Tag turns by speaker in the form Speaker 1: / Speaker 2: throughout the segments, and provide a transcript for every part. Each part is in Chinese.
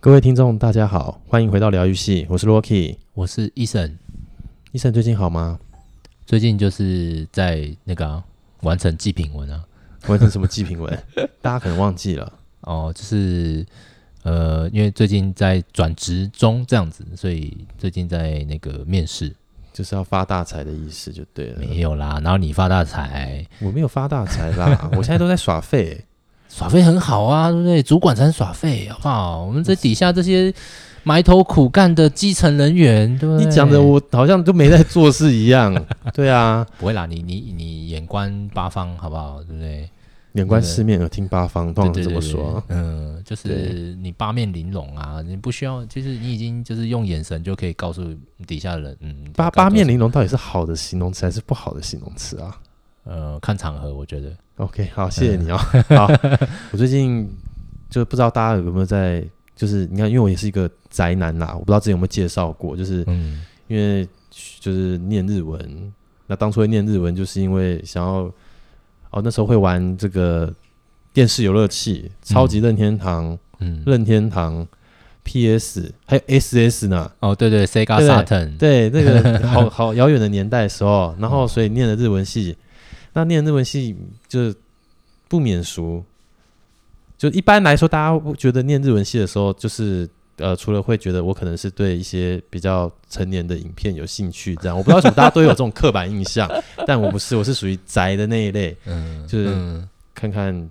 Speaker 1: 各位听众，大家好，欢迎回到疗愈系，我是 Rocky。
Speaker 2: 我是医生，
Speaker 1: 医生最近好吗？
Speaker 2: 最近就是在那个啊、完成祭品文啊，
Speaker 1: 完成什么祭品文？大家可能忘记了。
Speaker 2: 哦，就是呃，因为最近在转职中这样子，所以最近在那个面试
Speaker 1: 就是要发大财的意思就对了。
Speaker 2: 没有啦。然后你发大财，
Speaker 1: 我没有发大财啦，我现在都在耍废。
Speaker 2: 耍费很好啊，对不对？主管才能耍费，好不好？我们这底下这些埋头苦干的基层人员，对不对？
Speaker 1: 你讲的我好像都没在做事一样。对啊，
Speaker 2: 不会啦，你你你眼观八方，好不好？对不对？
Speaker 1: 眼观四面，耳听八方，通常是这么说啊。
Speaker 2: 嗯，就是
Speaker 1: 对
Speaker 2: 你八面玲珑啊，你不需要，就是你已经就是用眼神就可以告诉底下的人，嗯，
Speaker 1: 八
Speaker 2: 要干
Speaker 1: 八面
Speaker 2: 多
Speaker 1: 玲珑到底是好的形容词还是不好的形容词啊
Speaker 2: 少，呃，看场合，我觉得
Speaker 1: ？OK，好，谢谢你哦。好，我最近就不知道大家有没有在，就是你看，因为我也是一个宅男啦，我不知道之前有没有介绍过，就是
Speaker 2: 嗯，
Speaker 1: 因为就是念日文，那当初会念日文就是因为想要哦，那时候会玩这个电视游乐器，超级任天堂、
Speaker 2: 嗯嗯，
Speaker 1: 任天堂 PS 还有 SS 呢。
Speaker 2: 哦，对对，Sega
Speaker 1: 对对
Speaker 2: Saturn，
Speaker 1: 对，那个好好遥远的年代的时候，然后所以念了日文系，那念日文系就不免俗。就一般来说，大家觉得念日文系的时候，就是呃，除了会觉得我可能是对一些比较成年的影片有兴趣，这样我不知道为什么大家都有这种刻板印象， 但我不是，我是属于宅的那一类，
Speaker 2: 嗯，
Speaker 1: 就是
Speaker 2: 嗯
Speaker 1: 看看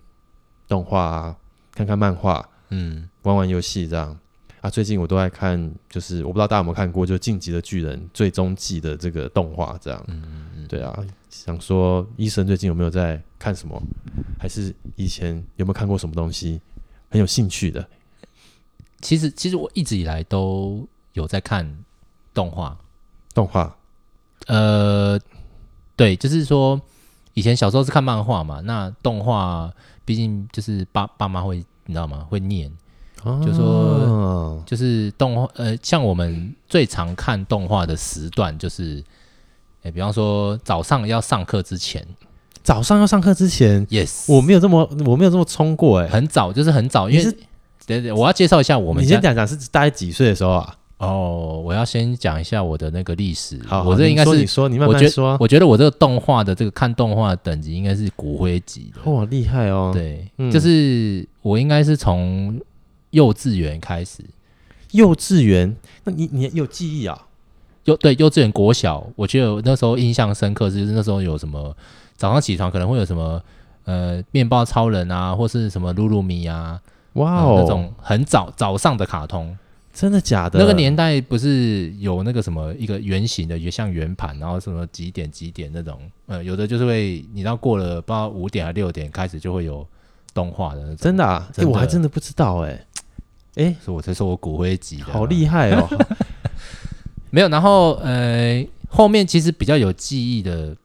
Speaker 1: 动画、啊，看看漫画，啊
Speaker 2: 嗯，
Speaker 1: 玩玩游戏这样啊。最近我都在看，就是我不知道大家有没有看过，就《晋级的巨人》最终季的这个动画这样。对啊，想说医生最近有没有在看什么，还是以前有没有看过什么东西很有兴趣的？
Speaker 2: 其实其实我一直以来都有在看动画，
Speaker 1: 动画
Speaker 2: 呃，对，就是说以前小时候是看漫画嘛，那动画毕竟就是爸爸妈会，你知道吗？会念。就
Speaker 1: 啊
Speaker 2: 说就是动画，呃，像我们最常看动画的时段，就是，哎、比方说早上要上课之前
Speaker 1: 早上要上课之前，
Speaker 2: ，yes，
Speaker 1: 我没有这么我没有这么冲过哎、
Speaker 2: 很早，就是很早，
Speaker 1: 你
Speaker 2: 因为
Speaker 1: 是
Speaker 2: 对对，我要介绍一下我
Speaker 1: 我
Speaker 2: 们
Speaker 1: 你先
Speaker 2: 家
Speaker 1: 讲讲是大概几岁的时候啊？
Speaker 2: 哦，我要先讲一下我的那个历史，
Speaker 1: 好，
Speaker 2: 我这
Speaker 1: 好
Speaker 2: 应该
Speaker 1: 你
Speaker 2: 是，
Speaker 1: 说你说，你慢
Speaker 2: 我觉
Speaker 1: 慢
Speaker 2: 得
Speaker 1: 说。
Speaker 2: 我觉得我这个动画的这个看动画的等级应该是骨灰级的，
Speaker 1: 哇，厉害哦！，
Speaker 2: 对，
Speaker 1: 嗯
Speaker 2: 就是我应该是从幼稚园开始，
Speaker 1: 幼稚园，那你你有记忆啊？
Speaker 2: 幼对幼稚园、国小，我记得我那时候印象深刻，就是那时候有什么早上起床可能会有什么呃面包超人啊，或是什么露露米啊，
Speaker 1: 哇
Speaker 2: 呃
Speaker 1: 哦，
Speaker 2: 那种很早早上的卡通。
Speaker 1: 真的假的？
Speaker 2: 那个年代不是有那个什么一个圆形的，也像圆盘，然后什么几点几点那种，呃，有的就是会你知道过了不知道五点还六点开始就会有动画的那种，
Speaker 1: 真的啊？哎、
Speaker 2: 真的
Speaker 1: 我还真的不知道哎、哎、
Speaker 2: 所以我才说我骨灰级的啊、
Speaker 1: 好厉害 哦！
Speaker 2: 没有，然后呃，后面其实比较有记忆的，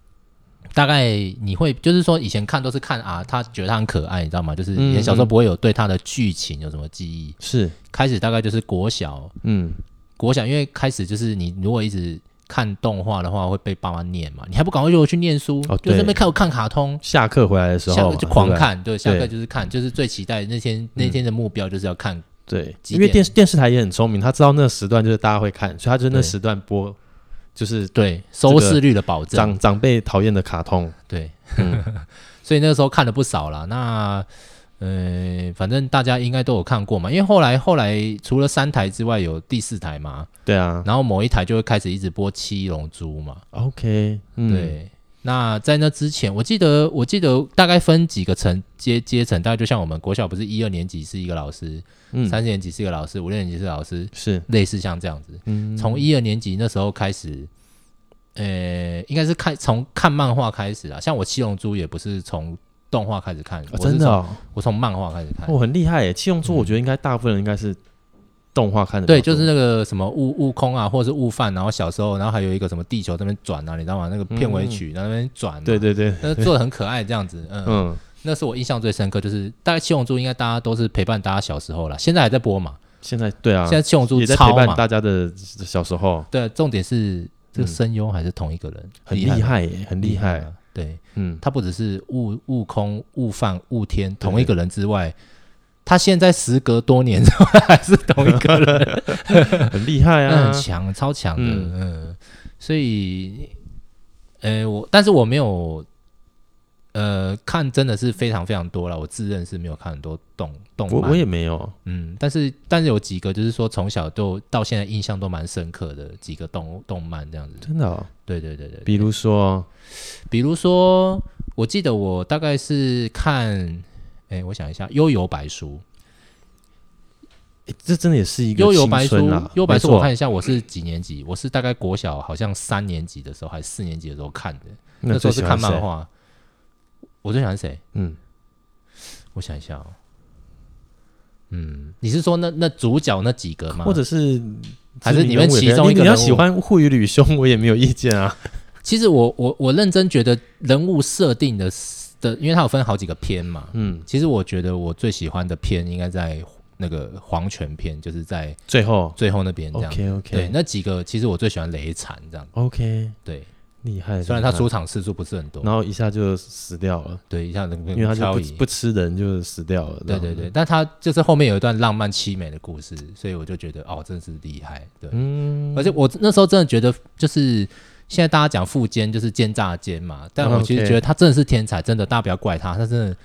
Speaker 2: 大概你会就是说以前看都是看啊，他觉得他很可爱，你知道吗？就是以前小时候
Speaker 1: 嗯嗯
Speaker 2: 不会有对他的剧情有什么记忆，
Speaker 1: 是，
Speaker 2: 开始大概就是国小，
Speaker 1: 嗯，
Speaker 2: 国小因为开始就是你如果一直看动画的话，会被爸妈念嘛，你还不赶快叫我去念书，
Speaker 1: 哦
Speaker 2: 就
Speaker 1: 对
Speaker 2: 在那边看我看卡通。
Speaker 1: 下课回来的时
Speaker 2: 下
Speaker 1: 候
Speaker 2: 课就狂
Speaker 1: 嘛，
Speaker 2: 看，对，下课
Speaker 1: 对嗯
Speaker 2: 就是看，就是最期待那天那天的目标就是要看，
Speaker 1: 对不对，
Speaker 2: 几
Speaker 1: 因为
Speaker 2: 点
Speaker 1: 电视电视台也很聪明，他知道那个时段就是大家会看，所以他就是那
Speaker 2: 对
Speaker 1: 时段播，就是
Speaker 2: 对，收视率的保证，
Speaker 1: 长长辈讨厌的卡通。
Speaker 2: 对，
Speaker 1: 嗯
Speaker 2: 所以那个时候看了不少啦。那呃，反正大家应该都有看过嘛，因为后来后来除了三台之外，有第四台嘛，
Speaker 1: 对啊
Speaker 2: 然后某一台就会开始一直播《七龙珠》嘛。
Speaker 1: ，OK，嗯，
Speaker 2: 对，那在那之前，我记得我记得大概分几个层阶阶层，大概就像我们国小不是一二年级是一个老师，
Speaker 1: 嗯，
Speaker 2: 三四年级是一个老师，五六年级是老师，
Speaker 1: 是，
Speaker 2: 类似像这样子。
Speaker 1: 嗯，
Speaker 2: 从一二年级那时候开始，呃，应该是看从看漫画开始啊。像我《七龙珠》也不是从动画开始看，
Speaker 1: 哦
Speaker 2: 我是
Speaker 1: 真的
Speaker 2: 从
Speaker 1: 哦，
Speaker 2: 我从漫画开始看。
Speaker 1: 我很厉害耶！七龙珠，我觉得应该大部分人应该是动画看的，哦
Speaker 2: 对，就是那个什么悟悟空啊，或者是悟饭，然后小时候，然后还有一个什么地球这边转啊，你知道吗？那个片尾曲、然后那边转、
Speaker 1: 嗯
Speaker 2: 啊
Speaker 1: 对，对对，
Speaker 2: 那做的很可爱，这样子，嗯，
Speaker 1: 嗯，
Speaker 2: 那是我印象最深刻，就是大概七龙珠应该大家都是陪伴大家小时候啦，现在还在播嘛，
Speaker 1: 现在对啊，
Speaker 2: 现在七龙珠
Speaker 1: 也在陪
Speaker 2: 超
Speaker 1: 伴
Speaker 2: 嘛，
Speaker 1: 大家的小时候，
Speaker 2: 对，重点是这
Speaker 1: 嗯
Speaker 2: 个声优还是同一个人，
Speaker 1: 很厉
Speaker 2: 吧，
Speaker 1: 害耶，很厉害，
Speaker 2: 啊，对，
Speaker 1: 嗯，
Speaker 2: 他不只是悟悟空、悟饭、悟天同一个人之外，他现在时隔多年之后 还是同一 个人，
Speaker 1: 很厉害
Speaker 2: 那
Speaker 1: 啊
Speaker 2: 很。强，超强的，
Speaker 1: 嗯
Speaker 2: 嗯所以，呃，我但是我没有，呃，看真的是非常非常多了，我自认是没有看很多动动
Speaker 1: 我
Speaker 2: 漫，
Speaker 1: 我也没有，
Speaker 2: 嗯，但是但是有几个就是说从小都到现在印象都蛮深刻的几个动动漫这样子，
Speaker 1: 真的哦。
Speaker 2: 对对对对，
Speaker 1: 比如说，
Speaker 2: 比如说我记得我大概是看，哎，我想一下，《幽游白书
Speaker 1: 诶这真的也是一》，
Speaker 2: 《
Speaker 1: 个
Speaker 2: 幽游
Speaker 1: 青
Speaker 2: 白书》
Speaker 1: 春
Speaker 2: 《
Speaker 1: 啊。
Speaker 2: 幽游白书》，
Speaker 1: 没错
Speaker 2: 我看一下我是几年级，我是大概国小好像三年级的时候还是四年级的时候看的，
Speaker 1: 那你
Speaker 2: 那时
Speaker 1: 最
Speaker 2: 候是
Speaker 1: 喜
Speaker 2: 看
Speaker 1: 欢
Speaker 2: 漫
Speaker 1: 谁？
Speaker 2: 画。我最喜欢谁？
Speaker 1: 嗯，
Speaker 2: 我想一下哦。嗯，你是说那那主角那几个吗？
Speaker 1: 或者是
Speaker 2: 嗯还是
Speaker 1: 知名
Speaker 2: 你们
Speaker 1: 人物也
Speaker 2: 其
Speaker 1: 可以
Speaker 2: 中一
Speaker 1: 你
Speaker 2: 个
Speaker 1: 你要
Speaker 2: 人物
Speaker 1: 喜欢护与吕兄，我也没有意见啊。
Speaker 2: 其实我我我认真觉得人物设定的的，因为它有分好几个篇嘛。
Speaker 1: 嗯，
Speaker 2: 其实我觉得我最喜欢的篇应该在那个黄泉篇，就是在
Speaker 1: 最后
Speaker 2: 最后那边这样。
Speaker 1: ，OK
Speaker 2: 对，
Speaker 1: OK
Speaker 2: 那几个其实我最喜欢雷禅这样。
Speaker 1: OK，
Speaker 2: 对，
Speaker 1: 厉害。
Speaker 2: 虽然他
Speaker 1: 厉害
Speaker 2: 出，场次数不是很多，
Speaker 1: 然后一下就死掉了，
Speaker 2: 对，一下子
Speaker 1: 因为他就
Speaker 2: 漂
Speaker 1: 不
Speaker 2: 移。
Speaker 1: 不吃人就死掉了。
Speaker 2: 对对对，，但他就是后面有一段浪漫凄美的故事，所以我就觉得哦，真是厉害。对，
Speaker 1: 嗯，
Speaker 2: 而且我那时候真的觉得，就是现在大家讲富坚就是奸诈的奸嘛，但
Speaker 1: 嗯
Speaker 2: 我其实
Speaker 1: OK
Speaker 2: 觉得他真的是天才，真的大家不要怪他，他真的，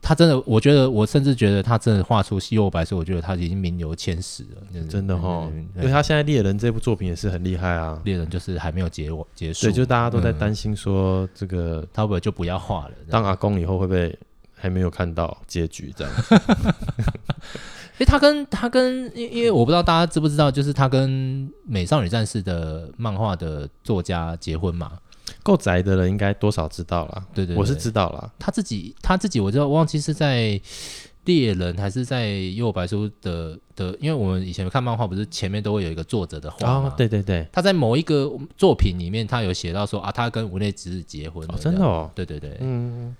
Speaker 2: 他真的，我觉得我甚至觉得他真的画出《西游白书》，我觉得他已经名留千史了，就是
Speaker 1: 真的哈
Speaker 2: 嗯，
Speaker 1: 因为他现在猎人这部作品也是很厉害啊。
Speaker 2: 猎人就是还没有结我结束，
Speaker 1: 对，就大家都在
Speaker 2: 嗯
Speaker 1: 担心说这个
Speaker 2: 他会不会就不要画了？这样
Speaker 1: 当阿公以后会不会还没有看到结局这样？
Speaker 2: 因为他跟他跟，因因为我不知道大家知不知道，就是他跟《美少女战士》的漫画的作家结婚嘛，
Speaker 1: 够宅的人应该多少知道啦，
Speaker 2: 对对对
Speaker 1: 我是知道啦。
Speaker 2: 他自己他自己，我知道我忘记是在猎人还是在幽游白书的的，因为我们以前看漫画，不是前面都会有一个作者的画吗
Speaker 1: 哦，，对对对，
Speaker 2: 他在某一个作品里面，他有写到说啊，他跟无内之日结婚了、
Speaker 1: 哦，真的
Speaker 2: 这样。
Speaker 1: 哦，
Speaker 2: 对对对，
Speaker 1: 嗯，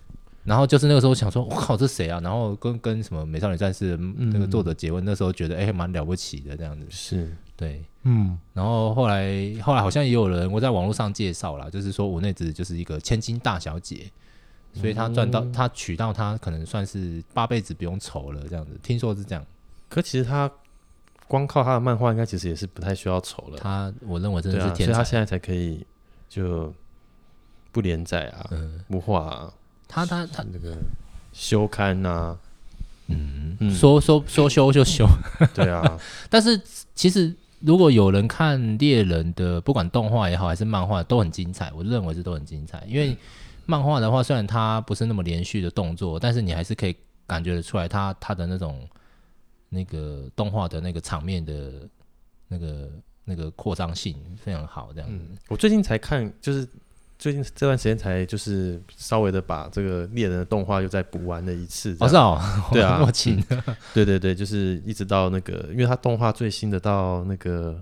Speaker 2: 然后就是那个时候想说，我靠，这谁啊？然后跟跟什么美少女战士的那个作者结婚，那时候觉得哎，蛮了不起的这样子。
Speaker 1: 是，
Speaker 2: 对，
Speaker 1: 嗯，
Speaker 2: 然后后来后来好像也有人我在网络上介绍啦，就是说我那子就是一个千金大小姐，所以她赚到、她娶到她可能算是八辈子不用愁了这样子，听说是这样。
Speaker 1: 可其实他光靠他的漫画，应该其实也是不太需要愁了，
Speaker 2: 她我认为真
Speaker 1: 对
Speaker 2: 的
Speaker 1: 啊，
Speaker 2: 是
Speaker 1: 所
Speaker 2: 天
Speaker 1: 以
Speaker 2: 才，
Speaker 1: 他现在才可以就不连载啊，
Speaker 2: 嗯，
Speaker 1: 不画啊，
Speaker 2: 她她她
Speaker 1: 那个休刊啊呐，
Speaker 2: 嗯，
Speaker 1: 嗯
Speaker 2: 说说说修就修，
Speaker 1: 对啊，
Speaker 2: 但是其实。如果有人看猎人的，不管动画也好还是漫画，都很精彩。我认为是都很精彩，因为漫画的话，虽然它不是那么连续的动作，但是你还是可以感觉得出来它它的那种那个动画的那个场面的那个那个扩张性非常好，这样子。
Speaker 1: 嗯，我最近才看，就是最近这段时间才就是稍微的把这个猎人的动画又再补完了一次这
Speaker 2: 哦，
Speaker 1: 样，
Speaker 2: 是哦，
Speaker 1: 对啊
Speaker 2: 那么勤，
Speaker 1: 对对对，就是一直到那个，因为他动画最新的到那个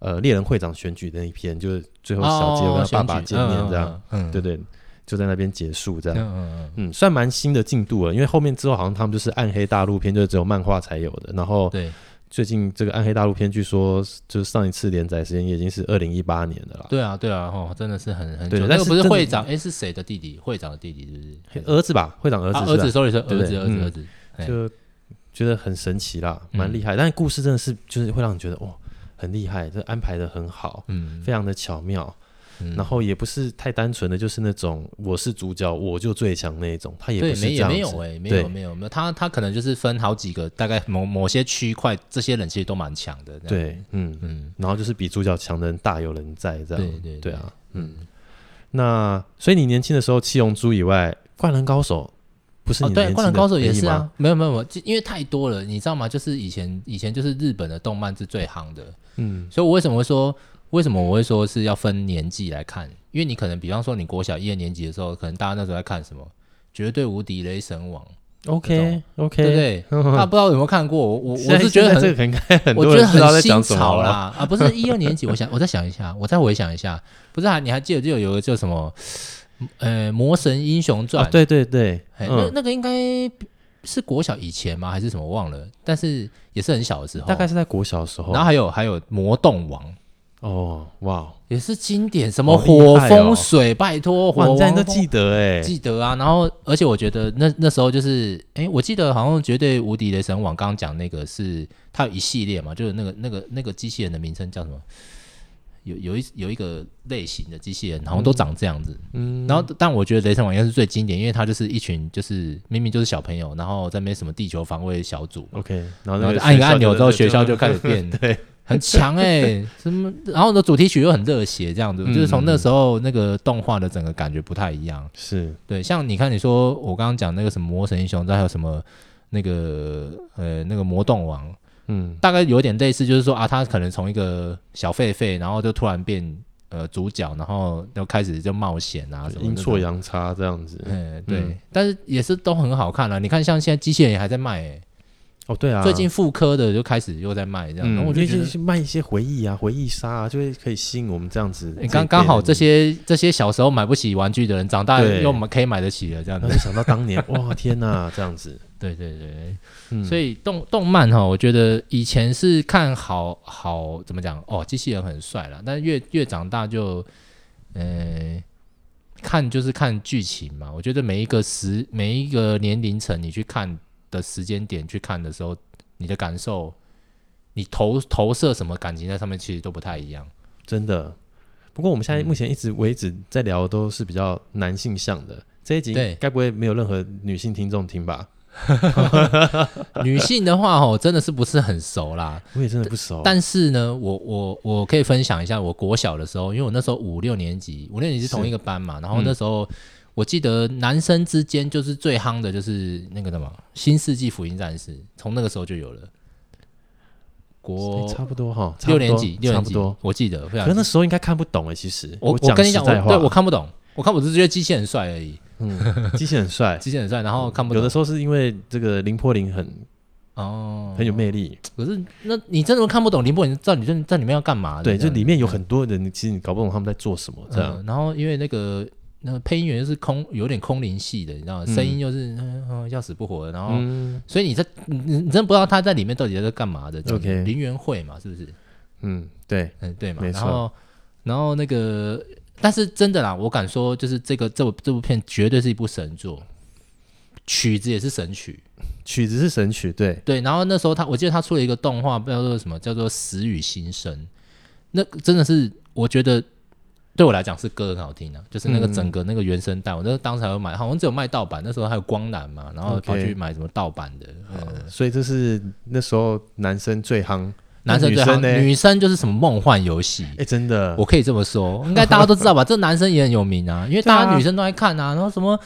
Speaker 1: 呃猎人会长选举的那一篇，就是最后小杰跟
Speaker 2: 哦
Speaker 1: 他爸
Speaker 2: 选
Speaker 1: 爸
Speaker 2: 举
Speaker 1: 见面这样，，
Speaker 2: 嗯，嗯
Speaker 1: 对，对，就在那边结束这
Speaker 2: 嗯
Speaker 1: 样。
Speaker 2: 嗯嗯嗯
Speaker 1: 嗯，算蛮新的进度了，因为后面之后好像他们就是暗黑大陆篇，就是只有漫画才有的。然后
Speaker 2: 嗯，对
Speaker 1: 最近这个暗黑大陆篇，据说就是上一次连载时间也已经是二零一八年的啦。
Speaker 2: 对啊对啊，哦，真的是很很
Speaker 1: 对
Speaker 2: 久。
Speaker 1: 但
Speaker 2: 那个
Speaker 1: 是
Speaker 2: 不是
Speaker 1: 真的
Speaker 2: 会长，哎，是谁的弟弟？会长的弟弟是不是？
Speaker 1: 儿子吧，会长儿子
Speaker 2: 啊
Speaker 1: 是吧、
Speaker 2: 儿子，sorry，是
Speaker 1: 对
Speaker 2: 儿子，儿子，
Speaker 1: 嗯
Speaker 2: 儿子。哎
Speaker 1: 就觉得很神奇啦，
Speaker 2: 嗯
Speaker 1: 蛮厉害。但故事真的是就是会让你觉得哇，很厉害，这安排的很好，
Speaker 2: 嗯，
Speaker 1: 非常的巧妙。
Speaker 2: 嗯
Speaker 1: 然后也不是太单纯的，就是那种我是主角我就最强那一种，他也
Speaker 2: 对，
Speaker 1: 不是
Speaker 2: 没
Speaker 1: 这
Speaker 2: 也
Speaker 1: 样
Speaker 2: 没有
Speaker 1: 子。
Speaker 2: 哎、没
Speaker 1: 对
Speaker 2: 有没有没有，他他可能就是分好几个，大概某某些区块，这些人其实都蛮强的。这样，
Speaker 1: 对，嗯，
Speaker 2: 嗯，
Speaker 1: 然后就是比主角强的人大有人在这
Speaker 2: 对
Speaker 1: 样。
Speaker 2: 对对
Speaker 1: 对，啊，嗯。那所以你年轻的时候，七龙珠以外，灌篮高手不是
Speaker 2: 哦
Speaker 1: 你年
Speaker 2: 对，
Speaker 1: 轻的、
Speaker 2: 灌篮高手也是啊，，没有没有没有，就因为太多了，你知道吗？就是以前以前就是日本的动漫是最夯的，
Speaker 1: 嗯，
Speaker 2: 所以我为什么会说为什么我会说是要分年纪来看？因为你可能比方说你国小一二年级的时候，可能大家那时候在看什么《绝对无敌雷神王》，
Speaker 1: OK OK，
Speaker 2: 对 不对？大家不知道有没有看过？我我我是觉
Speaker 1: 嗯现
Speaker 2: 得
Speaker 1: 在
Speaker 2: 很
Speaker 1: 这个应该很
Speaker 2: 我
Speaker 1: 多
Speaker 2: 觉
Speaker 1: 人
Speaker 2: 得
Speaker 1: 知道
Speaker 2: 很
Speaker 1: 在
Speaker 2: 新
Speaker 1: 讲什么
Speaker 2: 潮
Speaker 1: 了。
Speaker 2: 啦，啊，不是一二年级，我想我再想一下，我再回想一下，不是啊，你还记得就有个叫什么，呃，《魔神英雄传》
Speaker 1: 啊，对对对，
Speaker 2: 哎，那
Speaker 1: 嗯，
Speaker 2: 那个应该是国小以前吗？还是什么忘了？但是也是很小的时候，
Speaker 1: 大概。是在国小的时候
Speaker 2: 然后，还有还有《魔动王》，
Speaker 1: 哦，哇，
Speaker 2: 也是经典，什么
Speaker 1: 好厉
Speaker 2: 火
Speaker 1: 害哦
Speaker 2: 风水，拜托
Speaker 1: 哇，
Speaker 2: 火
Speaker 1: 你竟然
Speaker 2: 王
Speaker 1: 都
Speaker 2: 风
Speaker 1: 记得哎、
Speaker 2: 记得啊，然后而且我觉得那那时候就是，哎、我记得好像绝对无敌雷神网刚刚讲那个是它有一系列嘛，就是那个那个那个机器人的名称叫什么？有有一有一个类型的机器人，好像都长这样子。
Speaker 1: 嗯，
Speaker 2: 然后，但我觉得雷神网应该是最经典，因为它就是一群就是明明就是小朋友，然后在那边什么地球防卫小组，
Speaker 1: OK，然后
Speaker 2: 然
Speaker 1: 那
Speaker 2: 后
Speaker 1: 个
Speaker 2: 就按一个按钮之后，
Speaker 1: 就
Speaker 2: 学校就开始变，
Speaker 1: 对，
Speaker 2: 很强哎、什么？然后呢，主题曲又很热血，这样子，就是从那时候那个动画的整个感觉不太一样。
Speaker 1: 是
Speaker 2: 对，像你看，你说我刚刚讲那个什么魔神英雄，再还有什么那个呃那个魔动王，
Speaker 1: 嗯
Speaker 2: 大概有点类似，就是说啊，他可能从一个小狒狒，然后就突然变呃主角，然后又开始就冒险啊什么
Speaker 1: 阴
Speaker 2: 那
Speaker 1: 错
Speaker 2: 种。
Speaker 1: 阳差这样子。
Speaker 2: 嗯，对，
Speaker 1: 嗯
Speaker 2: 但是也是都很好看啊了、你看，像现在机器人也还在卖、欸，
Speaker 1: 哦，对啊，
Speaker 2: 最近妇科的就开始又在卖这样，
Speaker 1: 嗯，
Speaker 2: 然后我就觉得
Speaker 1: 去卖一些回忆啊，回忆杀啊，就会可以吸引我们这样子。
Speaker 2: 欸刚刚 好这，些这些小时候买不起玩具的人，长大
Speaker 1: 对嗯
Speaker 2: 又买可以买得起了，这样
Speaker 1: 然后
Speaker 2: 子。
Speaker 1: 就想到当年，哇，天哪，这样子。
Speaker 2: 对对对对，
Speaker 1: 嗯，
Speaker 2: 所
Speaker 1: 以
Speaker 2: 以动动漫哈，我觉得以前是看好好怎么讲哦，机器人很帅啦，但越越长大就，呃，看就是看剧情嘛。我觉得每一个时每一个年龄层，你去看的时间点去看的时候，你的感受，你投投射什么感情在上面，其实都不太一样。
Speaker 1: 真的，不过我们现在
Speaker 2: 嗯
Speaker 1: 目前一直为止在聊的都是比较男性向的。这一集
Speaker 2: 对
Speaker 1: 该不会没有任何女性听众听吧？
Speaker 2: 女性的话哦，真的是不是很熟啦，
Speaker 1: 我也真的不熟。
Speaker 2: 但是呢，我我我可以分享一下，我国小的时候，因为我那时候五六年级，五六年级是同一个班嘛，然后那时候、我记得男生之间就是最夯的就是那个什么《新世纪福音战士》，从那个时候就有了。
Speaker 1: 欸
Speaker 2: 国
Speaker 1: 差不多哈，差不
Speaker 2: 六
Speaker 1: 多
Speaker 2: 年级，六
Speaker 1: 差
Speaker 2: 年
Speaker 1: 不
Speaker 2: 级
Speaker 1: 多。，
Speaker 2: 我记得
Speaker 1: 可
Speaker 2: 非常
Speaker 1: 是。那时候应该看不懂哎，其实
Speaker 2: 我
Speaker 1: 讲
Speaker 2: 跟你
Speaker 1: 实
Speaker 2: 讲，
Speaker 1: 在
Speaker 2: 我
Speaker 1: 话，
Speaker 2: 对我看不懂，我看我只是觉得机器人帅而已，，
Speaker 1: 嗯，机器人很帅
Speaker 2: 机器人很帅，然后 看不
Speaker 1: 有
Speaker 2: 懂
Speaker 1: 的时候是因为这个林破林很
Speaker 2: 哦，
Speaker 1: 很有魅力，
Speaker 2: 可是那你真的看不懂林波，你知道你在在里面要干嘛的？
Speaker 1: 对，
Speaker 2: 这
Speaker 1: 就
Speaker 2: 样子
Speaker 1: 里面有很多人，其实你搞不懂他们在做什么，这样
Speaker 2: 嗯，然后因为那个那个配音员就是空，有点空灵系的，你知道吗？
Speaker 1: 嗯
Speaker 2: 声音又是嗯、嗯要死不活的，然后、
Speaker 1: 嗯
Speaker 2: 所以你在你你你真不知道他在里面到底在干嘛的。这样
Speaker 1: OK
Speaker 2: 林元会嘛，是不是？
Speaker 1: 嗯，对，
Speaker 2: 嗯，对嘛。
Speaker 1: 没
Speaker 2: 然
Speaker 1: 错
Speaker 2: 后然后那个，但是真的啦，我敢说，就是这个这部这部片绝对是一部神作。曲子也是神曲，
Speaker 1: 曲子是神曲，对，
Speaker 2: 对。然后那时候他，我记得他出了一个动画，叫做什么，叫做《死与新生》。那个真的是，我觉得对我来讲是歌很好听的、啊就是那个
Speaker 1: 嗯
Speaker 2: 整个那个原声带，我那个当时还有买，好像只有卖盗版，那时候还有光南嘛，然后
Speaker 1: OK
Speaker 2: 跑去买什么盗版的。嗯
Speaker 1: 所以这是那时候男生最夯，
Speaker 2: 男生
Speaker 1: 女
Speaker 2: 最
Speaker 1: 生
Speaker 2: 好，
Speaker 1: 呢
Speaker 2: 女生就是什么梦幻游戏，
Speaker 1: 哎，真的，
Speaker 2: 我可以这么说，应该大家都知道吧？这男生也很有名啊，因为大
Speaker 1: 对
Speaker 2: 家
Speaker 1: 啊
Speaker 2: 女生都爱看啊，然后什么。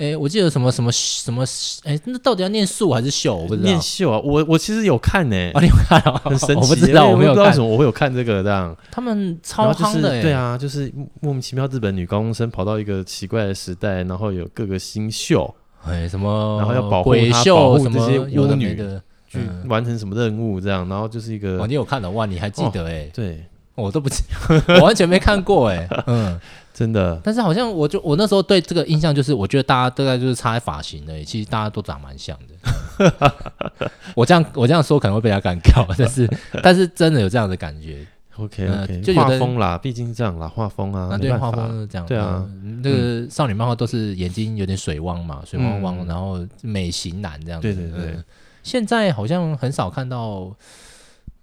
Speaker 2: 哎，我记得什么什么什么，哎，那到底要念数还是秀？我不知道
Speaker 1: 念。秀啊，我我其实有看呢，
Speaker 2: 哦，你有看哦，
Speaker 1: 很神奇，
Speaker 2: 我不知道，
Speaker 1: 因为
Speaker 2: 我没有
Speaker 1: 不知道为
Speaker 2: 看
Speaker 1: 什。么我会有看这个这样，
Speaker 2: 他们
Speaker 1: 然
Speaker 2: 超
Speaker 1: 后就
Speaker 2: 夯
Speaker 1: 是
Speaker 2: 的，哎
Speaker 1: 对，啊，就是莫莫名其妙日本女高中生跑到一个奇怪的时代，然后有各个新秀
Speaker 2: 哎，什么，
Speaker 1: 然后要保护
Speaker 2: 鬼
Speaker 1: 她
Speaker 2: 秀
Speaker 1: 保护
Speaker 2: 什
Speaker 1: 这
Speaker 2: 么
Speaker 1: 些
Speaker 2: 有的
Speaker 1: 巫女
Speaker 2: 没的，
Speaker 1: 去
Speaker 2: 嗯
Speaker 1: 完成什么任务这样，然后就是一
Speaker 2: 哦，
Speaker 1: 个
Speaker 2: 你有看的哇？你还记得哎、欸
Speaker 1: 对，
Speaker 2: 我都不记， 我完全没看过哎、欸嗯，
Speaker 1: 真的
Speaker 2: 但是好像我就我那时候对这个印象就是，我觉得大家大概就是差在发型而已，其实大家都长蛮像的。 我这样我这样说可能会被他干掉，但是 但是真的有这样的感觉。
Speaker 1: OK
Speaker 2: 呃
Speaker 1: OK，
Speaker 2: 就有
Speaker 1: 画
Speaker 2: 的
Speaker 1: 风啦，毕竟是这样啦，画风啊，
Speaker 2: 那
Speaker 1: 没
Speaker 2: 对
Speaker 1: 办
Speaker 2: 画
Speaker 1: 法
Speaker 2: 风是这样，
Speaker 1: 对啊
Speaker 2: 嗯，那个少女漫画都是眼睛有点水汪嘛，水汪汪，
Speaker 1: 嗯
Speaker 2: 然后美型男这样子。
Speaker 1: 对对对
Speaker 2: 嗯现在好像很少看到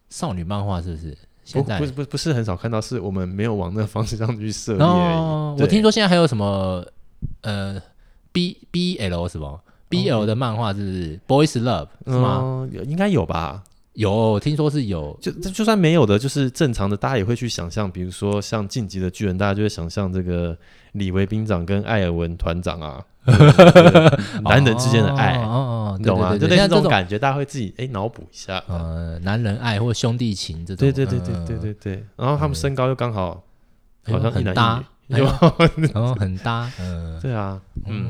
Speaker 2: 少女漫画，是不是？现在
Speaker 1: 哦不不不不是很少看到，是我们没有往那个方向去涉猎
Speaker 2: 然
Speaker 1: 而已。对
Speaker 2: 后哦我听说现在还有什么呃 B B L 什么 B
Speaker 1: 哦
Speaker 2: L 的漫画是不是 Boys Love 是吗？
Speaker 1: 嗯，有应该有吧？
Speaker 2: 有，听说是有。
Speaker 1: 就就算没有的，就是正常的，大家也会去想象，比如说像《晋级的巨人》，大家就会想象这个李维兵长跟艾尔文团长 啊，对对对男人之间的爱，
Speaker 2: 哦哦哦，
Speaker 1: 你
Speaker 2: 对
Speaker 1: 懂吗？
Speaker 2: 对
Speaker 1: 就类
Speaker 2: 对对，
Speaker 1: 似
Speaker 2: 像
Speaker 1: 这
Speaker 2: 这
Speaker 1: 种感觉，大家会自己哎脑补一下。
Speaker 2: 呃，男人爱或兄弟情这
Speaker 1: 对
Speaker 2: 种。
Speaker 1: 对对对
Speaker 2: 嗯
Speaker 1: 对，对对。然后他们身高又刚好
Speaker 2: 哎
Speaker 1: 好
Speaker 2: 呦
Speaker 1: 像一
Speaker 2: 很
Speaker 1: 男
Speaker 2: 搭，
Speaker 1: 一女，
Speaker 2: 哎呦
Speaker 1: 有
Speaker 2: 然后很搭，嗯。
Speaker 1: 对啊，嗯，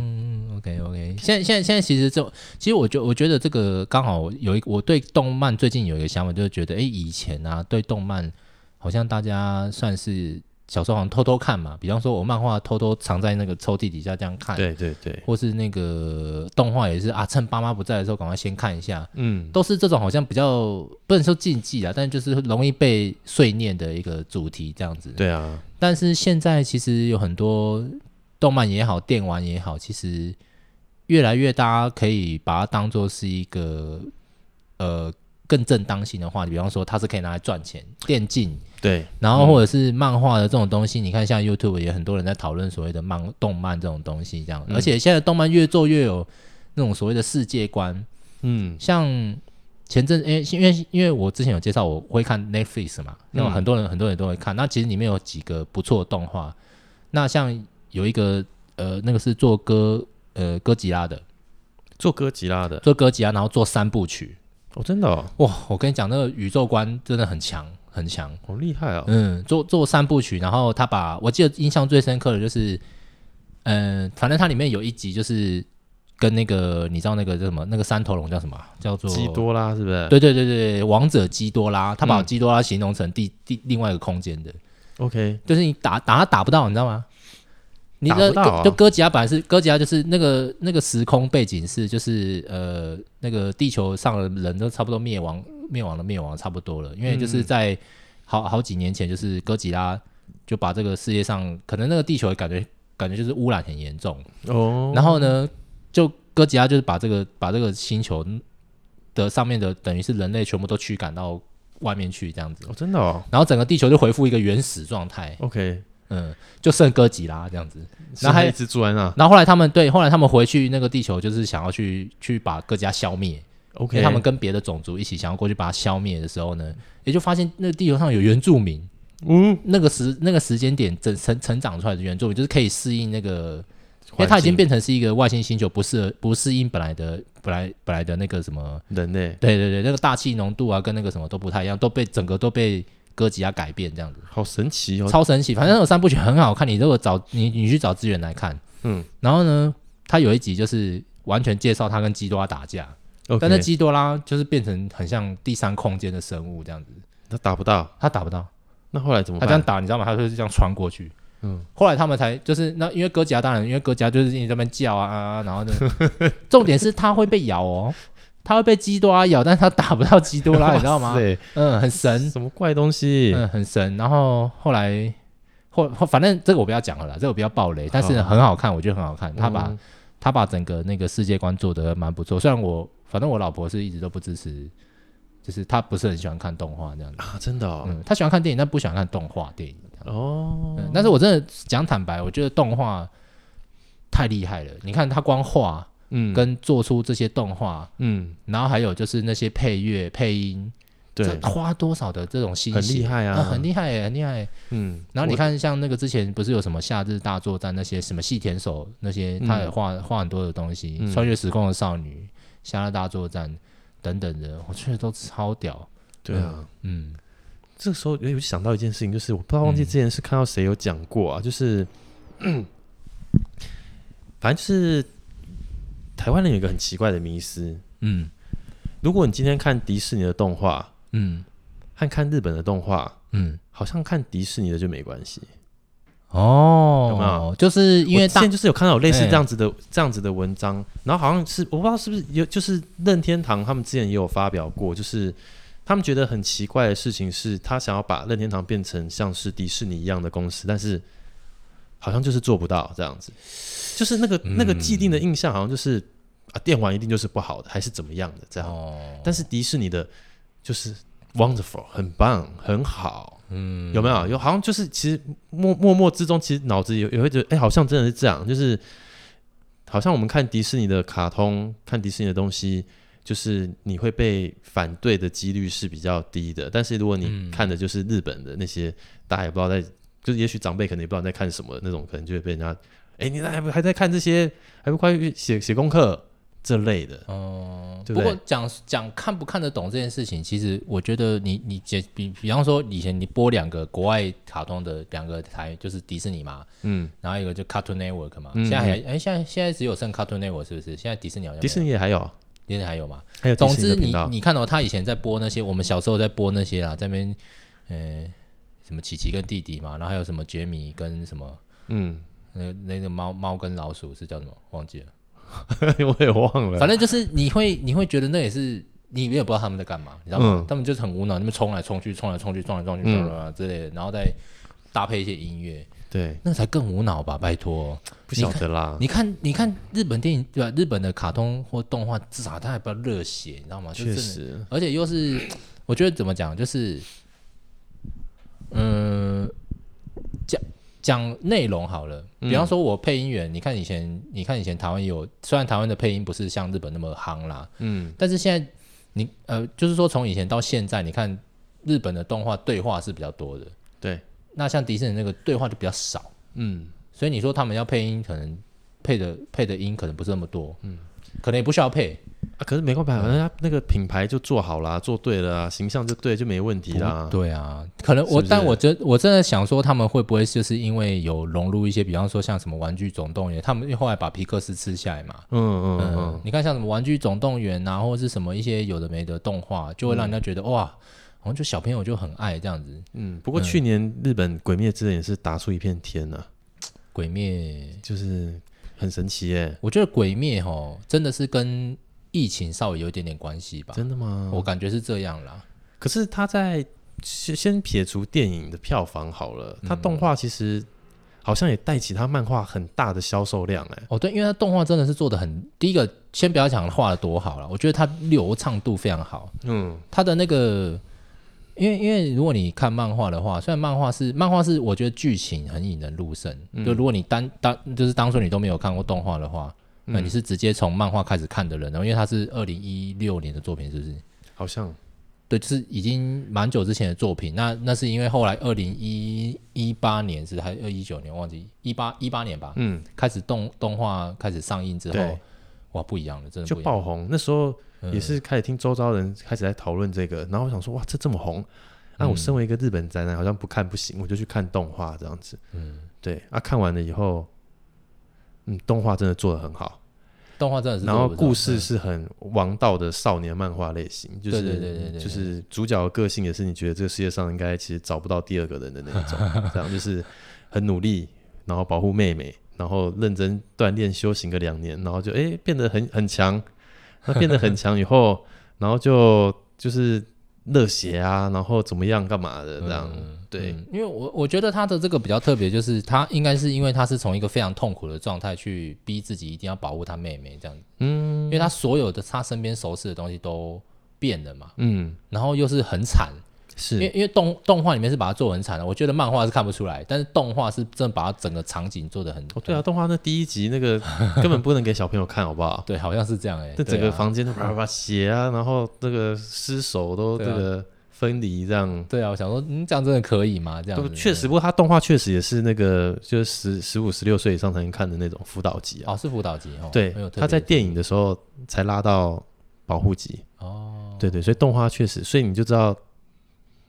Speaker 2: 嗯，OK OK，现在现在现在其实这种，其实我觉我觉得这个刚好有一我对动漫最近有一个想法，就是觉得哎、诶以前啊对动漫好像大家算是小时候好像偷偷看嘛，比方说我漫画偷偷藏在那个抽屉底下这样看，
Speaker 1: 对对对，
Speaker 2: 或是那个动画也是啊，趁爸妈不在的时候赶快先看一下，
Speaker 1: 嗯，
Speaker 2: 都是这种好像比较不能说禁忌啊，但就是容易被碎念的一个主题这样子。
Speaker 1: 对啊，
Speaker 2: 但是现在其实有很多动漫也好，电玩也好，其实越来越大家可以把它当做是一个呃更正当性的话题，比方说它是可以拿来赚钱，电竞，
Speaker 1: 对，
Speaker 2: 然后或者是漫画的这种东西，你看像 YouTube 也很多人在讨论所谓的漫动漫这种东西，这样，
Speaker 1: 嗯
Speaker 2: 而且现在动漫越做越有那种所谓的世界观，
Speaker 1: 嗯
Speaker 2: 像前阵，诶，因为因为我之前有介绍我会看 Netflix 嘛，那么
Speaker 1: 嗯
Speaker 2: 很多人、很多人都会看，那其实里面有几个不错的动画，那像有一个呃，那个是做歌呃哥吉拉的，
Speaker 1: 做哥吉拉的
Speaker 2: 做哥吉拉，然后做三部曲，
Speaker 1: 哦，真的哦，
Speaker 2: 哇，我跟你讲，那个宇宙观真的很强很强。
Speaker 1: 好厉害哦，
Speaker 2: 嗯，做做三部曲，然后他把我记得印象最深刻的就是，嗯，反正它里面有一集就是跟那个你知道那个叫什么那个三头龙叫什么啊叫做
Speaker 1: 基，多拉是不是？
Speaker 2: 对对对对，王者基多拉，他把
Speaker 1: 嗯
Speaker 2: 基多拉形容成第第另外一个空间的，
Speaker 1: ，OK，
Speaker 2: 就是你打打他打不到，你知道吗？你
Speaker 1: 打
Speaker 2: 的
Speaker 1: 不到啊
Speaker 2: 就哥吉拉本来是哥吉拉，就是那个那个时空背景是就是呃那个地球上的人都差不多灭亡灭亡了灭亡了差不多了，因为
Speaker 1: 嗯
Speaker 2: 就是在好好几年前，就是哥吉拉就把这个世界上可能那个地球感觉感觉就是污染很严重，
Speaker 1: 哦，
Speaker 2: 然后呢就哥吉拉就是把这个把这个星球的上面的等于是人类全部都驱赶到外面去这样子，
Speaker 1: 哦，真的哦
Speaker 2: 然后整个地球就恢复一个原始状态，
Speaker 1: ，OK，
Speaker 2: 嗯，就剩哥吉拉这样子。
Speaker 1: 然后
Speaker 2: 然后还
Speaker 1: 一直住在那
Speaker 2: 然后后来他们对，后来他们回去那个地球，就是想要去去把哥吉拉消灭，因
Speaker 1: ，OK，
Speaker 2: 为他们跟别的种族一起想要过去把它消灭的时候呢，也就发现那个地球上有原住民，
Speaker 1: 嗯，
Speaker 2: 那个时那个时间点整成成长出来的原住民，就是可以适应那个，因为
Speaker 1: 环
Speaker 2: 它已经
Speaker 1: 境
Speaker 2: 变成是一个外星星球，不适合不适应本来的本来本来的那个什么，
Speaker 1: 人类，
Speaker 2: 对对对，那个大气浓度啊，跟那个什么都不太一样，都被整个都被哥吉拉改变这样子。
Speaker 1: 好神奇哦，
Speaker 2: 超神奇，反正那有三部曲很好看，你如果找你你去找资源来看，
Speaker 1: 嗯，
Speaker 2: 然后呢，他有一集就是完全介绍他跟基多拉打架，但是
Speaker 1: OK，
Speaker 2: 基多拉就是变成很像第三空间的生物这样子，
Speaker 1: 他打不到，
Speaker 2: 他打不到，
Speaker 1: 那后来怎么
Speaker 2: 他这样
Speaker 1: 办？
Speaker 2: 打你知道吗？他就是这样穿过去。
Speaker 1: 嗯，
Speaker 2: 后来他们才就是那，因为哥吉拉当然，因为哥吉拉就是一直在那边叫啊啊，啊 然后呢，重点是他会被咬哦，他会被基多啊拉咬，但是他打不到基多拉，你知道吗
Speaker 1: 哇？塞
Speaker 2: 嗯，很神，
Speaker 1: 什么怪东西？
Speaker 2: 嗯，很神。然后后来后后，反正这个我不要讲了啦，这个我不要爆雷，但是很好看，我觉得很好看。他把、
Speaker 1: 嗯
Speaker 2: 他把整个那个世界观做得蛮不错，虽然我反正我老婆是一直都不支持，就是她不是很喜欢看动画这样子。
Speaker 1: 啊，真的哦，
Speaker 2: 嗯，她喜欢看电影，但不喜欢看动画电影。
Speaker 1: 哦，
Speaker 2: 嗯，但是我真的讲坦白，我觉得动画太厉害了。你看他光画
Speaker 1: 嗯，
Speaker 2: 跟做出这些动画，
Speaker 1: 嗯，
Speaker 2: 然后还有就是那些配乐、配音，
Speaker 1: 对
Speaker 2: 这，花多少的这种心
Speaker 1: 很
Speaker 2: 血
Speaker 1: 厉害啊
Speaker 2: 呃很厉害耶，很厉害耶。
Speaker 1: 嗯，
Speaker 2: 然后你
Speaker 1: 我，
Speaker 2: 看，像那个之前不是有什么夏日大作战那些什么细田守那些，
Speaker 1: 嗯
Speaker 2: 他也画画很多的东西，
Speaker 1: 嗯
Speaker 2: 穿越时空的少女、夏日大作战等等的，我觉得都超屌。
Speaker 1: 对啊，
Speaker 2: 嗯
Speaker 1: 这时候有想到一件事情，就是我不知道忘记
Speaker 2: 嗯
Speaker 1: 之前是看到谁有讲过啊，就是，反正就是台湾人有一个很奇怪的迷思，
Speaker 2: 嗯
Speaker 1: 如果你今天看迪士尼的动画
Speaker 2: 嗯
Speaker 1: 和看日本的动画，
Speaker 2: 嗯，
Speaker 1: 好像看迪士尼的就没关系，有没
Speaker 2: 哦
Speaker 1: 有，
Speaker 2: 就是因为
Speaker 1: 我之
Speaker 2: 大
Speaker 1: 前就是有看到有类似
Speaker 2: 哎
Speaker 1: 这样子的、这样子的文章，然后好像是我不知道是不是有，就是任天堂他们之前也有发表过，就是他们觉得很奇怪的事情是，他想要把任天堂变成像是迪士尼一样的公司，但是好像就是做不到这样子，就是那个、那个既定的印象好像就是啊，电玩一定就是不好的，还是怎么样的这样，
Speaker 2: 哦，
Speaker 1: 但是迪士尼的就是 wonderful，很棒，很好。
Speaker 2: 嗯
Speaker 1: 有没有？有好像就是其实默默默之中，其实脑子有也会觉得，哎、好像真的是这样，就是好像我们看迪士尼的卡通，看迪士尼的东西，就是你会被反对的几率是比较低的。但是如果你
Speaker 2: 嗯
Speaker 1: 看的就是日本的那些，大家也不知道在，就是也许长辈可能也不知道在看什么的那种，可能就会被人家，哎、你还不还在看这些，还不快去写写功课这类的。
Speaker 2: 哦，
Speaker 1: 对
Speaker 2: 不
Speaker 1: 不对
Speaker 2: 过讲讲看不看得懂这件事情，其实我觉得你你解比比方说以前你播两个国外卡通的两个台，就是迪士尼嘛，
Speaker 1: 嗯，
Speaker 2: 然后一个就 Cartoon Network 嘛，
Speaker 1: 嗯
Speaker 2: 现在还哎、现在现在只有剩 Cartoon Network 是不是？现在迪士尼好像
Speaker 1: 迪士尼也还有，
Speaker 2: 尼迪士尼还有嘛？
Speaker 1: 还有迪
Speaker 2: 总
Speaker 1: 士尼
Speaker 2: 之
Speaker 1: 的频
Speaker 2: 你哦
Speaker 1: 道。
Speaker 2: 啊你看到、他以前在播那些，我们小时候在播那些啦，在那边呃什么琪琪跟弟弟嘛，然后还有什么杰米跟什么
Speaker 1: 嗯，
Speaker 2: 那那个猫猫跟老鼠是叫什么？忘记了。
Speaker 1: 我也忘了，
Speaker 2: 反正就是你会你会觉得那也是你也不知道他们在干嘛，你知道吗？
Speaker 1: 嗯
Speaker 2: 他们就是很无脑，那么冲来冲去，冲来冲去，冲来冲去，
Speaker 1: 嗯
Speaker 2: 啦啦啦之类的，然后再搭配一些音乐，
Speaker 1: 对，
Speaker 2: 那才更无脑吧？拜托，
Speaker 1: 不晓得啦，
Speaker 2: 你看你看日本电影对吧？日本的卡通或动画至少它还比较热血，你知道吗？就
Speaker 1: 啊确
Speaker 2: 真的，
Speaker 1: 实，
Speaker 2: 而且又是 我觉得怎么讲，就是嗯，讲讲内容好了。比方说，我配音员，你看以前，你看以前台湾有，虽然台湾的配音不是像日本那么夯啦，
Speaker 1: 嗯，
Speaker 2: 但是现在你呃，就是说从以前到现在，你看日本的动画对话是比较多的，
Speaker 1: 对，
Speaker 2: 那像迪士尼那个对话就比较少，
Speaker 1: 嗯，
Speaker 2: 所以你说他们要配音，可能配的配的音可能不是那么多，嗯，可能也不需要配，
Speaker 1: 啊，可是没
Speaker 2: 嗯
Speaker 1: 办法，反正他那个品牌就做好啦，做对了啊，形象就对，就没问题啦
Speaker 2: 不。对啊，可能我
Speaker 1: 是不是
Speaker 2: 但我真我真的想说，他们会不会就是因为有融入一些，比方说像什么《玩具总动员》，他们后来把皮克斯吃下来嘛，
Speaker 1: 嗯嗯
Speaker 2: 嗯，
Speaker 1: 嗯，
Speaker 2: 你看像什么《玩具总动员》啊，或者是什么一些有的没的动画，就会让人家觉得、哇，好像就小朋友就很爱这样子，
Speaker 1: 嗯。不过去年日本《鬼灭之刃》也是打出一片天呐、
Speaker 2: 《鬼灭》
Speaker 1: 就是很神奇耶、
Speaker 2: 我觉得《鬼灭》吼真的是跟疫情稍微有一点点关系吧，
Speaker 1: 真的吗？
Speaker 2: 我感觉是这样啦。
Speaker 1: 可是他在先先撇除电影的票房好了，
Speaker 2: 嗯
Speaker 1: 他动画其实好像也带起他漫画很大的销售量哎、
Speaker 2: 哦，对，因为它动画真的是做的很，第一个先不要讲画的多好了，我觉得它流畅度非常好，
Speaker 1: 嗯，
Speaker 2: 它的那个。因为因为如果你看漫画的话，虽然漫画是漫画是我觉得剧情很引人入胜，就如果你单当就是当初你都没有看过动画的话，那、你是直接从漫画开始看的人，然后哦因为它是二零一六年的作品，是不是？
Speaker 1: 好像
Speaker 2: 对，就是已经蛮久之前的作品。那那是因为后来二零一一八年是还二一九年忘记一八一八年吧，
Speaker 1: 嗯，
Speaker 2: 开始动动画开始上映之后
Speaker 1: 对，
Speaker 2: 哇，不一样了，真的
Speaker 1: 就
Speaker 2: 不一样。
Speaker 1: 爆红。那时候
Speaker 2: 嗯
Speaker 1: 也是开始听周遭人开始在讨论这个，然后我想说哇，这这么红，
Speaker 2: 嗯
Speaker 1: 那、我身为一个日本宅男，好像不看不行，我就去看动画这样子。嗯，对啊，看完了以后，嗯，动画真的做的很好，
Speaker 2: 动画真的是做
Speaker 1: 然
Speaker 2: 得
Speaker 1: 后
Speaker 2: 不错，嗯
Speaker 1: 故事是很王道的少年漫画类型，就是
Speaker 2: 对对对对对
Speaker 1: 就是主角的个性也是你觉得这个世界上应该其实找不到第二个人的那一种， 这样就是很努力，然后保护妹妹，然后认真锻炼修行个两年，然后就哎、诶变得很很强，那变得很强以后，然后就就是热血啊，然后怎么样干嘛的这样，对，
Speaker 2: 嗯因为我我觉得他的这个比较特别，就是他应该是因为他是从一个非常痛苦的状态去逼自己一定要保护他妹妹这样子，嗯，因为他所有的他身边熟识的东西都变了嘛，
Speaker 1: 嗯，
Speaker 2: 然后又是很惨，因为
Speaker 1: 是，
Speaker 2: 因为动动画里面是把它做得很惨的，我觉得漫画是看不出来，但是动画是真的把它整个场景做的很、
Speaker 1: 哦对啊，动画那第一集那个 根本不能给小朋友看，好不好？
Speaker 2: 对，好像是这样哎、欸，
Speaker 1: 这整
Speaker 2: 对
Speaker 1: 个
Speaker 2: 啊
Speaker 1: 房间都啪啪啪血啊， 然后那个尸首都这
Speaker 2: 对啊
Speaker 1: 个分离这样。
Speaker 2: 对啊，我想说，嗯，这样真的可以吗？这样
Speaker 1: 都
Speaker 2: 子
Speaker 1: 确实，不过他动画确实也是那个，就是十十五、十六岁以上才能看的那种辅导级啊。
Speaker 2: 哦，是辅导级哦，
Speaker 1: 对
Speaker 2: 没有，特别
Speaker 1: 他在电影的时候才拉到保护级。
Speaker 2: 哦，
Speaker 1: 对对，所以动画确实，所以你就知道，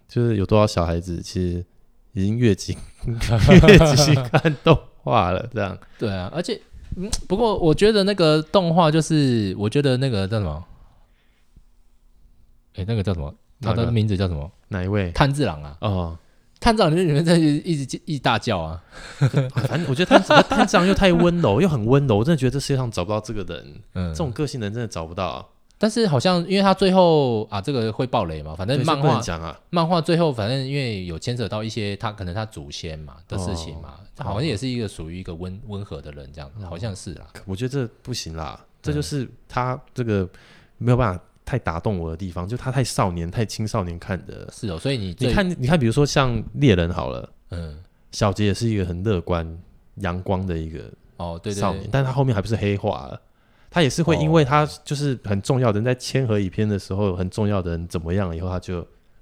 Speaker 1: 就是有多少小孩子其实已经越级 越级看动画了，这样。
Speaker 2: 对啊，而且嗯，不过我觉得那个动画就是，我觉得那个叫什么？哎，那个叫什么？他
Speaker 1: 哪
Speaker 2: 的
Speaker 1: 个
Speaker 2: 名字叫什么？
Speaker 1: 哪一位？
Speaker 2: 炭治郎啊，
Speaker 1: 哦，
Speaker 2: 炭治郎就是里面在一直一直大叫啊，
Speaker 1: 反正我觉得他他这样又太温柔，又很温柔，我真的觉得这世界上找不到这个人，
Speaker 2: 嗯
Speaker 1: 这，种个性的人真的找不到啊。
Speaker 2: 但是好像因为他最后啊，这个会爆雷嘛，反正
Speaker 1: 对这
Speaker 2: 漫
Speaker 1: 不能
Speaker 2: 画
Speaker 1: 讲啊，
Speaker 2: 漫画最后反正因为有牵扯到一些他可能他祖先嘛的事情嘛，
Speaker 1: 哦
Speaker 2: 他好像也是一个属于一个温温和的人这样，好像是啦。
Speaker 1: 我觉得这不行啦，这
Speaker 2: 嗯
Speaker 1: 就是他这个没有办法太打动我的地方，就他太少年、太青少年看的。
Speaker 2: 是哦，所以你最
Speaker 1: 你看，你看，比如说像猎人好了，
Speaker 2: 嗯
Speaker 1: 小杰也是一个很乐观、阳光的一个
Speaker 2: 哦对对
Speaker 1: 少
Speaker 2: 对哦
Speaker 1: 年，，但他后面还不是黑化了。他也是会因为他就是很重要的人，在签合影片的时候，很重要的人怎么样，以后他就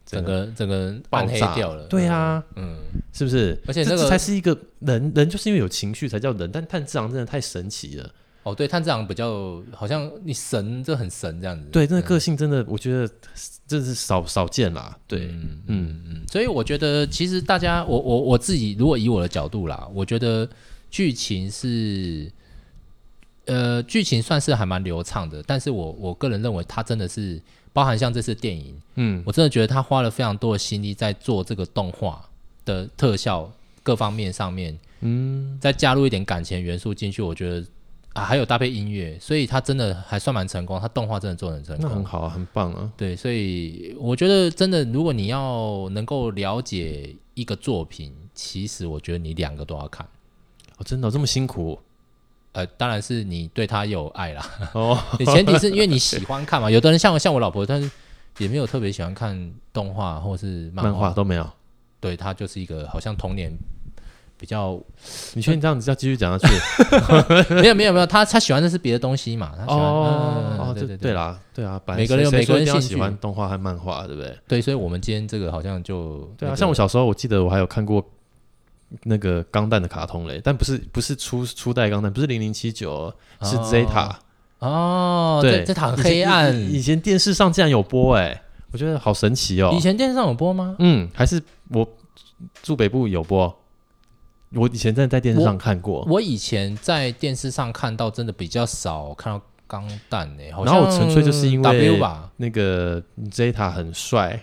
Speaker 2: 整个整个
Speaker 1: 爆
Speaker 2: 暗黑
Speaker 1: 炸
Speaker 2: 掉了。
Speaker 1: 对啊，
Speaker 2: 嗯，
Speaker 1: 是不是？
Speaker 2: 而且
Speaker 1: 这
Speaker 2: 那个
Speaker 1: 这才是一个人，人就是因为有情绪才叫人。但炭治郎真的太神奇了，
Speaker 2: 哦对，炭治郎比较好像你神这很神这样子。
Speaker 1: 对，那个个性真的，我觉得真是少少见啦。对，
Speaker 2: 嗯
Speaker 1: 嗯
Speaker 2: 嗯，所以我觉得其实大家，我我我自己如果以我的角度啦，我觉得剧情是，呃，剧情算是还蛮流畅的，但是我我个人认为它真的是包含像这次电影，
Speaker 1: 嗯，
Speaker 2: 我真的觉得他花了非常多的心力在做这个动画，的特效各方面上面，嗯，再加入一点感情元素进去，我觉得啊，还有搭配音乐，所以它真的还算蛮成功，它动画真的做的很成
Speaker 1: 那
Speaker 2: 功
Speaker 1: 很。好啊，很棒啊。
Speaker 2: 对，所以我觉得真的，如果你要能够了解一个作品，其实我觉得你两个都要看。
Speaker 1: 哦，真的哦、这么辛 苦
Speaker 2: 呃，当然是你对他有爱啦。
Speaker 1: 哦。
Speaker 2: 你前提是因为你喜欢看嘛。有的人像我像我老婆，她也没有特别喜欢看动画或是漫
Speaker 1: 漫画都没有，
Speaker 2: 对她就是一个好像童年比较
Speaker 1: 你确定这样子要继续讲 下去？
Speaker 2: 没有没有没有，她她喜欢的是别的东西嘛。她喜欢嗯
Speaker 1: 哦哦，
Speaker 2: 对
Speaker 1: 这
Speaker 2: 对
Speaker 1: 对啦，对啊，本来
Speaker 2: 每个人有
Speaker 1: 谁
Speaker 2: 每个人
Speaker 1: 谁说一定要
Speaker 2: 兴趣
Speaker 1: 喜欢动画和漫画，对不对？
Speaker 2: 对，所以我们今天这个好像就
Speaker 1: 对
Speaker 2: 那
Speaker 1: 啊，
Speaker 2: 个
Speaker 1: 像我小时候，我记得我还有看过那个钢弹的卡通嘞，但不是不是初初代钢弹，不是零零七九，是
Speaker 2: 哦
Speaker 1: Zeta。
Speaker 2: 哦，
Speaker 1: 对，
Speaker 2: 这这塔
Speaker 1: 以
Speaker 2: 很
Speaker 1: 前嗯
Speaker 2: 黑暗。
Speaker 1: 以以前电视上竟然有播哎，我觉得好神奇哦
Speaker 2: 以。前电视上有播吗？
Speaker 1: 嗯，还是我住北部有播，我以前真的在电视上看过。
Speaker 2: 我以前在电视上看到，真的比较少看到钢弹诶、好
Speaker 1: 然后我
Speaker 2: 像
Speaker 1: 纯粹就是因为
Speaker 2: W 吧，
Speaker 1: 那个 Zeta 很帅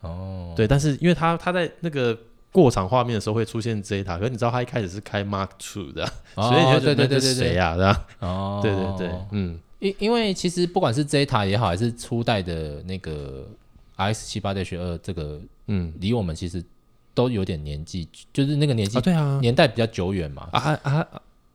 Speaker 1: 哦，对，但是因为他他在那个过场画面的时候会出现 Zeta，可是你知道他一开始是开 Mark Two 的，所以你
Speaker 2: 哦
Speaker 1: 就觉得
Speaker 2: 对对对
Speaker 1: 那
Speaker 2: 对
Speaker 1: 是
Speaker 2: 对
Speaker 1: 谁，呀？对吧？
Speaker 2: 哦，
Speaker 1: 对对对，嗯，
Speaker 2: 因因为其实不管是 Zeta 也好，还是初代的那个 X 七八 H 二，这个
Speaker 1: 嗯，
Speaker 2: 离我们其实都有点年纪，就是那个年纪、
Speaker 1: 啊对啊，
Speaker 2: 年代比较久远嘛。
Speaker 1: 啊啊，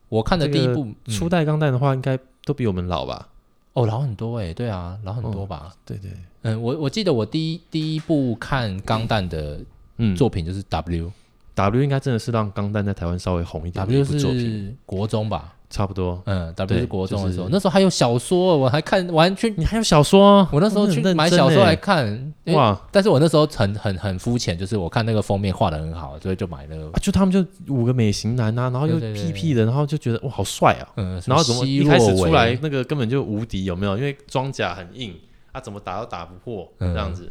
Speaker 2: 我看的第一部、嗯
Speaker 1: 初代钢弹的话应该都比我们老吧？
Speaker 2: 哦老很多诶、对啊，老很多
Speaker 1: 哦
Speaker 2: 吧。
Speaker 1: 对对，
Speaker 2: 嗯，我我记得我第一第一部看钢弹的
Speaker 1: 嗯，
Speaker 2: 作品就是 W，W、
Speaker 1: W 应该真的是让钢弹在台湾稍微红一点的一
Speaker 2: W
Speaker 1: 部作品，
Speaker 2: 是国中吧？
Speaker 1: 差不多。
Speaker 2: 嗯，W
Speaker 1: 对
Speaker 2: 是国中的时候，
Speaker 1: 就是
Speaker 2: 那时候还有小说，我还看，我还去，
Speaker 1: 你还有小说？
Speaker 2: 我那时候
Speaker 1: 你很
Speaker 2: 去
Speaker 1: 认
Speaker 2: 买
Speaker 1: 真
Speaker 2: 小说
Speaker 1: 欸
Speaker 2: 来看，因为
Speaker 1: 哇
Speaker 2: 但是我那时候很很很肤浅，就是我看那个封面画的很好，所以就买了
Speaker 1: 啊，，就他们就五个美型男啊，然后又
Speaker 2: 对对对
Speaker 1: 屁屁的，然后就觉得哇好帅啊，
Speaker 2: 嗯，什
Speaker 1: 然后怎么
Speaker 2: 希
Speaker 1: 一开始
Speaker 2: 洛哎
Speaker 1: 出
Speaker 2: 维
Speaker 1: 来，那个根本就无敌，有没有？因为装甲很硬，他、怎么打都打不破，
Speaker 2: 嗯
Speaker 1: 这样子，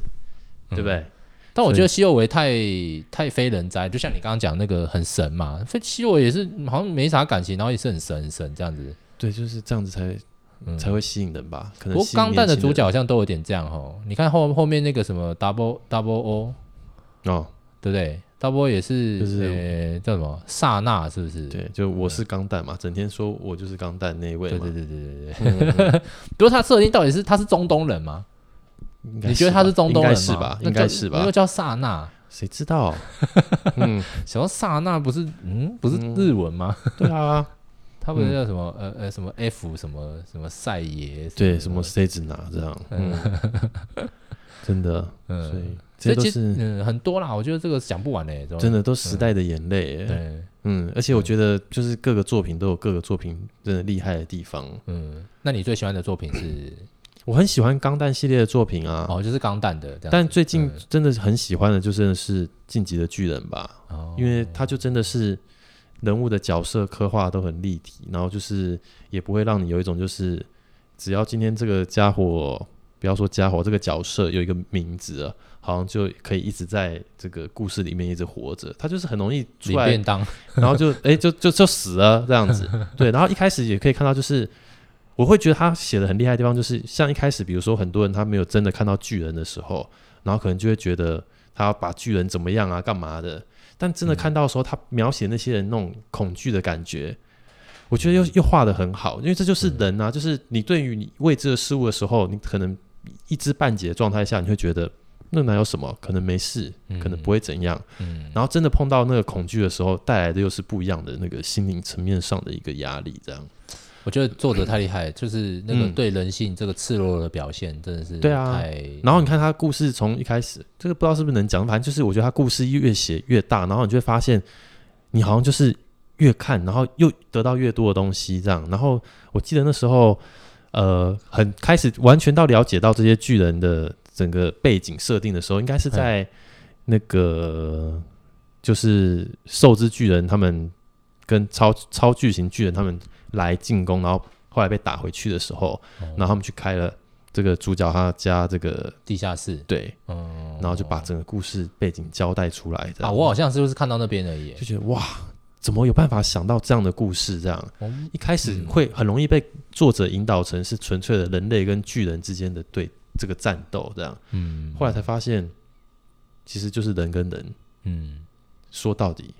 Speaker 1: 对不对？
Speaker 2: 但我觉得希洛维太太非人哉，就像你刚刚讲那个很神嘛，非希洛维也是好像没啥感情，然后也是很神很神这样子。
Speaker 1: 对，就是这样子才、
Speaker 2: 嗯
Speaker 1: 才会吸引人吧？可
Speaker 2: 不
Speaker 1: 能
Speaker 2: 过
Speaker 1: 吸引
Speaker 2: 钢弹的
Speaker 1: 年轻
Speaker 2: 主角好像都有点这样哦，你看后后面那个什么 Double Double O，
Speaker 1: 人哦，
Speaker 2: 对不对？Double O 也是
Speaker 1: 就是
Speaker 2: 呃叫什么刹那是不是？
Speaker 1: 对，就我是钢弹嘛，整天说我就是钢弹那一位
Speaker 2: 对
Speaker 1: 嘛，
Speaker 2: 对对对对对。比如他设定到底是他是中东人吗？
Speaker 1: 应该
Speaker 2: 你觉得
Speaker 1: 吧
Speaker 2: 他是中东
Speaker 1: 应
Speaker 2: 人
Speaker 1: 该
Speaker 2: 吗
Speaker 1: 是吧？
Speaker 2: 那
Speaker 1: 应
Speaker 2: 叫
Speaker 1: 该是
Speaker 2: 那
Speaker 1: 吧
Speaker 2: 个？叫刹那，
Speaker 1: 谁知道？嗯，
Speaker 2: 想到刹那不是嗯不是日文吗？
Speaker 1: 对啊，
Speaker 2: 他不是叫什么呃呃什么 F 什么什么赛耶？
Speaker 1: 对，什么 stage 拿这样，嗯，真 的，
Speaker 2: 嗯
Speaker 1: 所以
Speaker 2: 所
Speaker 1: 这
Speaker 2: 以
Speaker 1: 都
Speaker 2: 其
Speaker 1: 是
Speaker 2: 实嗯很多啦，我觉得这个讲不完嘞，真
Speaker 1: 真的都时代的眼泪耶。
Speaker 2: 对
Speaker 1: 嗯，而且我觉得就是各个作品都有各个作品真的厉害的地方。
Speaker 2: 嗯。那你最喜欢的作品是
Speaker 1: 我很喜欢钢弹系列的作品啊，
Speaker 2: 哦就是钢弹的这样子，
Speaker 1: 但最近
Speaker 2: 嗯
Speaker 1: 真的很喜欢的就真的是《进击的巨人》吧，
Speaker 2: 哦
Speaker 1: 因为它就真的是人物的角色刻画都很立体，然后就是也不会让你有一种就是只要今天这个家伙，不要说家伙，这个角色有一个名字了，好像就可以一直在这个故事里面一直活着。他就是很容易出
Speaker 2: 领
Speaker 1: 来
Speaker 2: 便当，
Speaker 1: 然后就哎、就就就死了这样子。对，然后一开始也可以看到，就是我会觉得他写的很厉害的地方，就是像一开始，比如说很多人他没有真的看到巨人的时候，然后可能就会觉得他把巨人怎么样啊，干嘛的。但真的看到的时候，他描写那些人那种恐惧的感觉，我觉得又又画的很好，因为这就是人啊，就是你对于你未知的事物的时候，你可能一知半解的状态下，你会觉得那哪有什么，可能没事，可能不会怎样。
Speaker 2: 嗯
Speaker 1: 然后真的碰到那个恐惧的时候，带来的又是不一样的那个心灵层面上的一个压力，这样。
Speaker 2: 我觉得作者太厉害，就是那个
Speaker 1: 嗯
Speaker 2: 对人性这个赤裸裸的表现，真的是
Speaker 1: 对啊
Speaker 2: 太
Speaker 1: 然后你看他故事从一开始，这个不知道是不是能讲，反正就是我觉得他故事越写越大，然后你就会发现，你好像就是越看，然后又得到越多的东西，这样。然后我记得那时候，呃，很开始完全到了解到这些巨人的整个背景设定的时候，应该是在嗯那个就是兽之巨人他们跟超超巨型巨人他们来进攻，然后后来被打回去的时候，然后他们去开了这个主角他家这个
Speaker 2: 地下室，
Speaker 1: 对，
Speaker 2: 嗯
Speaker 1: 然后就把整个故事背景交代出来这样
Speaker 2: 啊，我好像是不是看到那边而已？欸
Speaker 1: 就觉得哇，怎么有办法想到这样的故事？这样
Speaker 2: 哦
Speaker 1: 一开始会很容易被作者引导成是纯粹的人类跟巨人之间的对这个战斗这样，
Speaker 2: 嗯
Speaker 1: 后来才发现其实就是人跟人，
Speaker 2: 嗯，
Speaker 1: 说到底，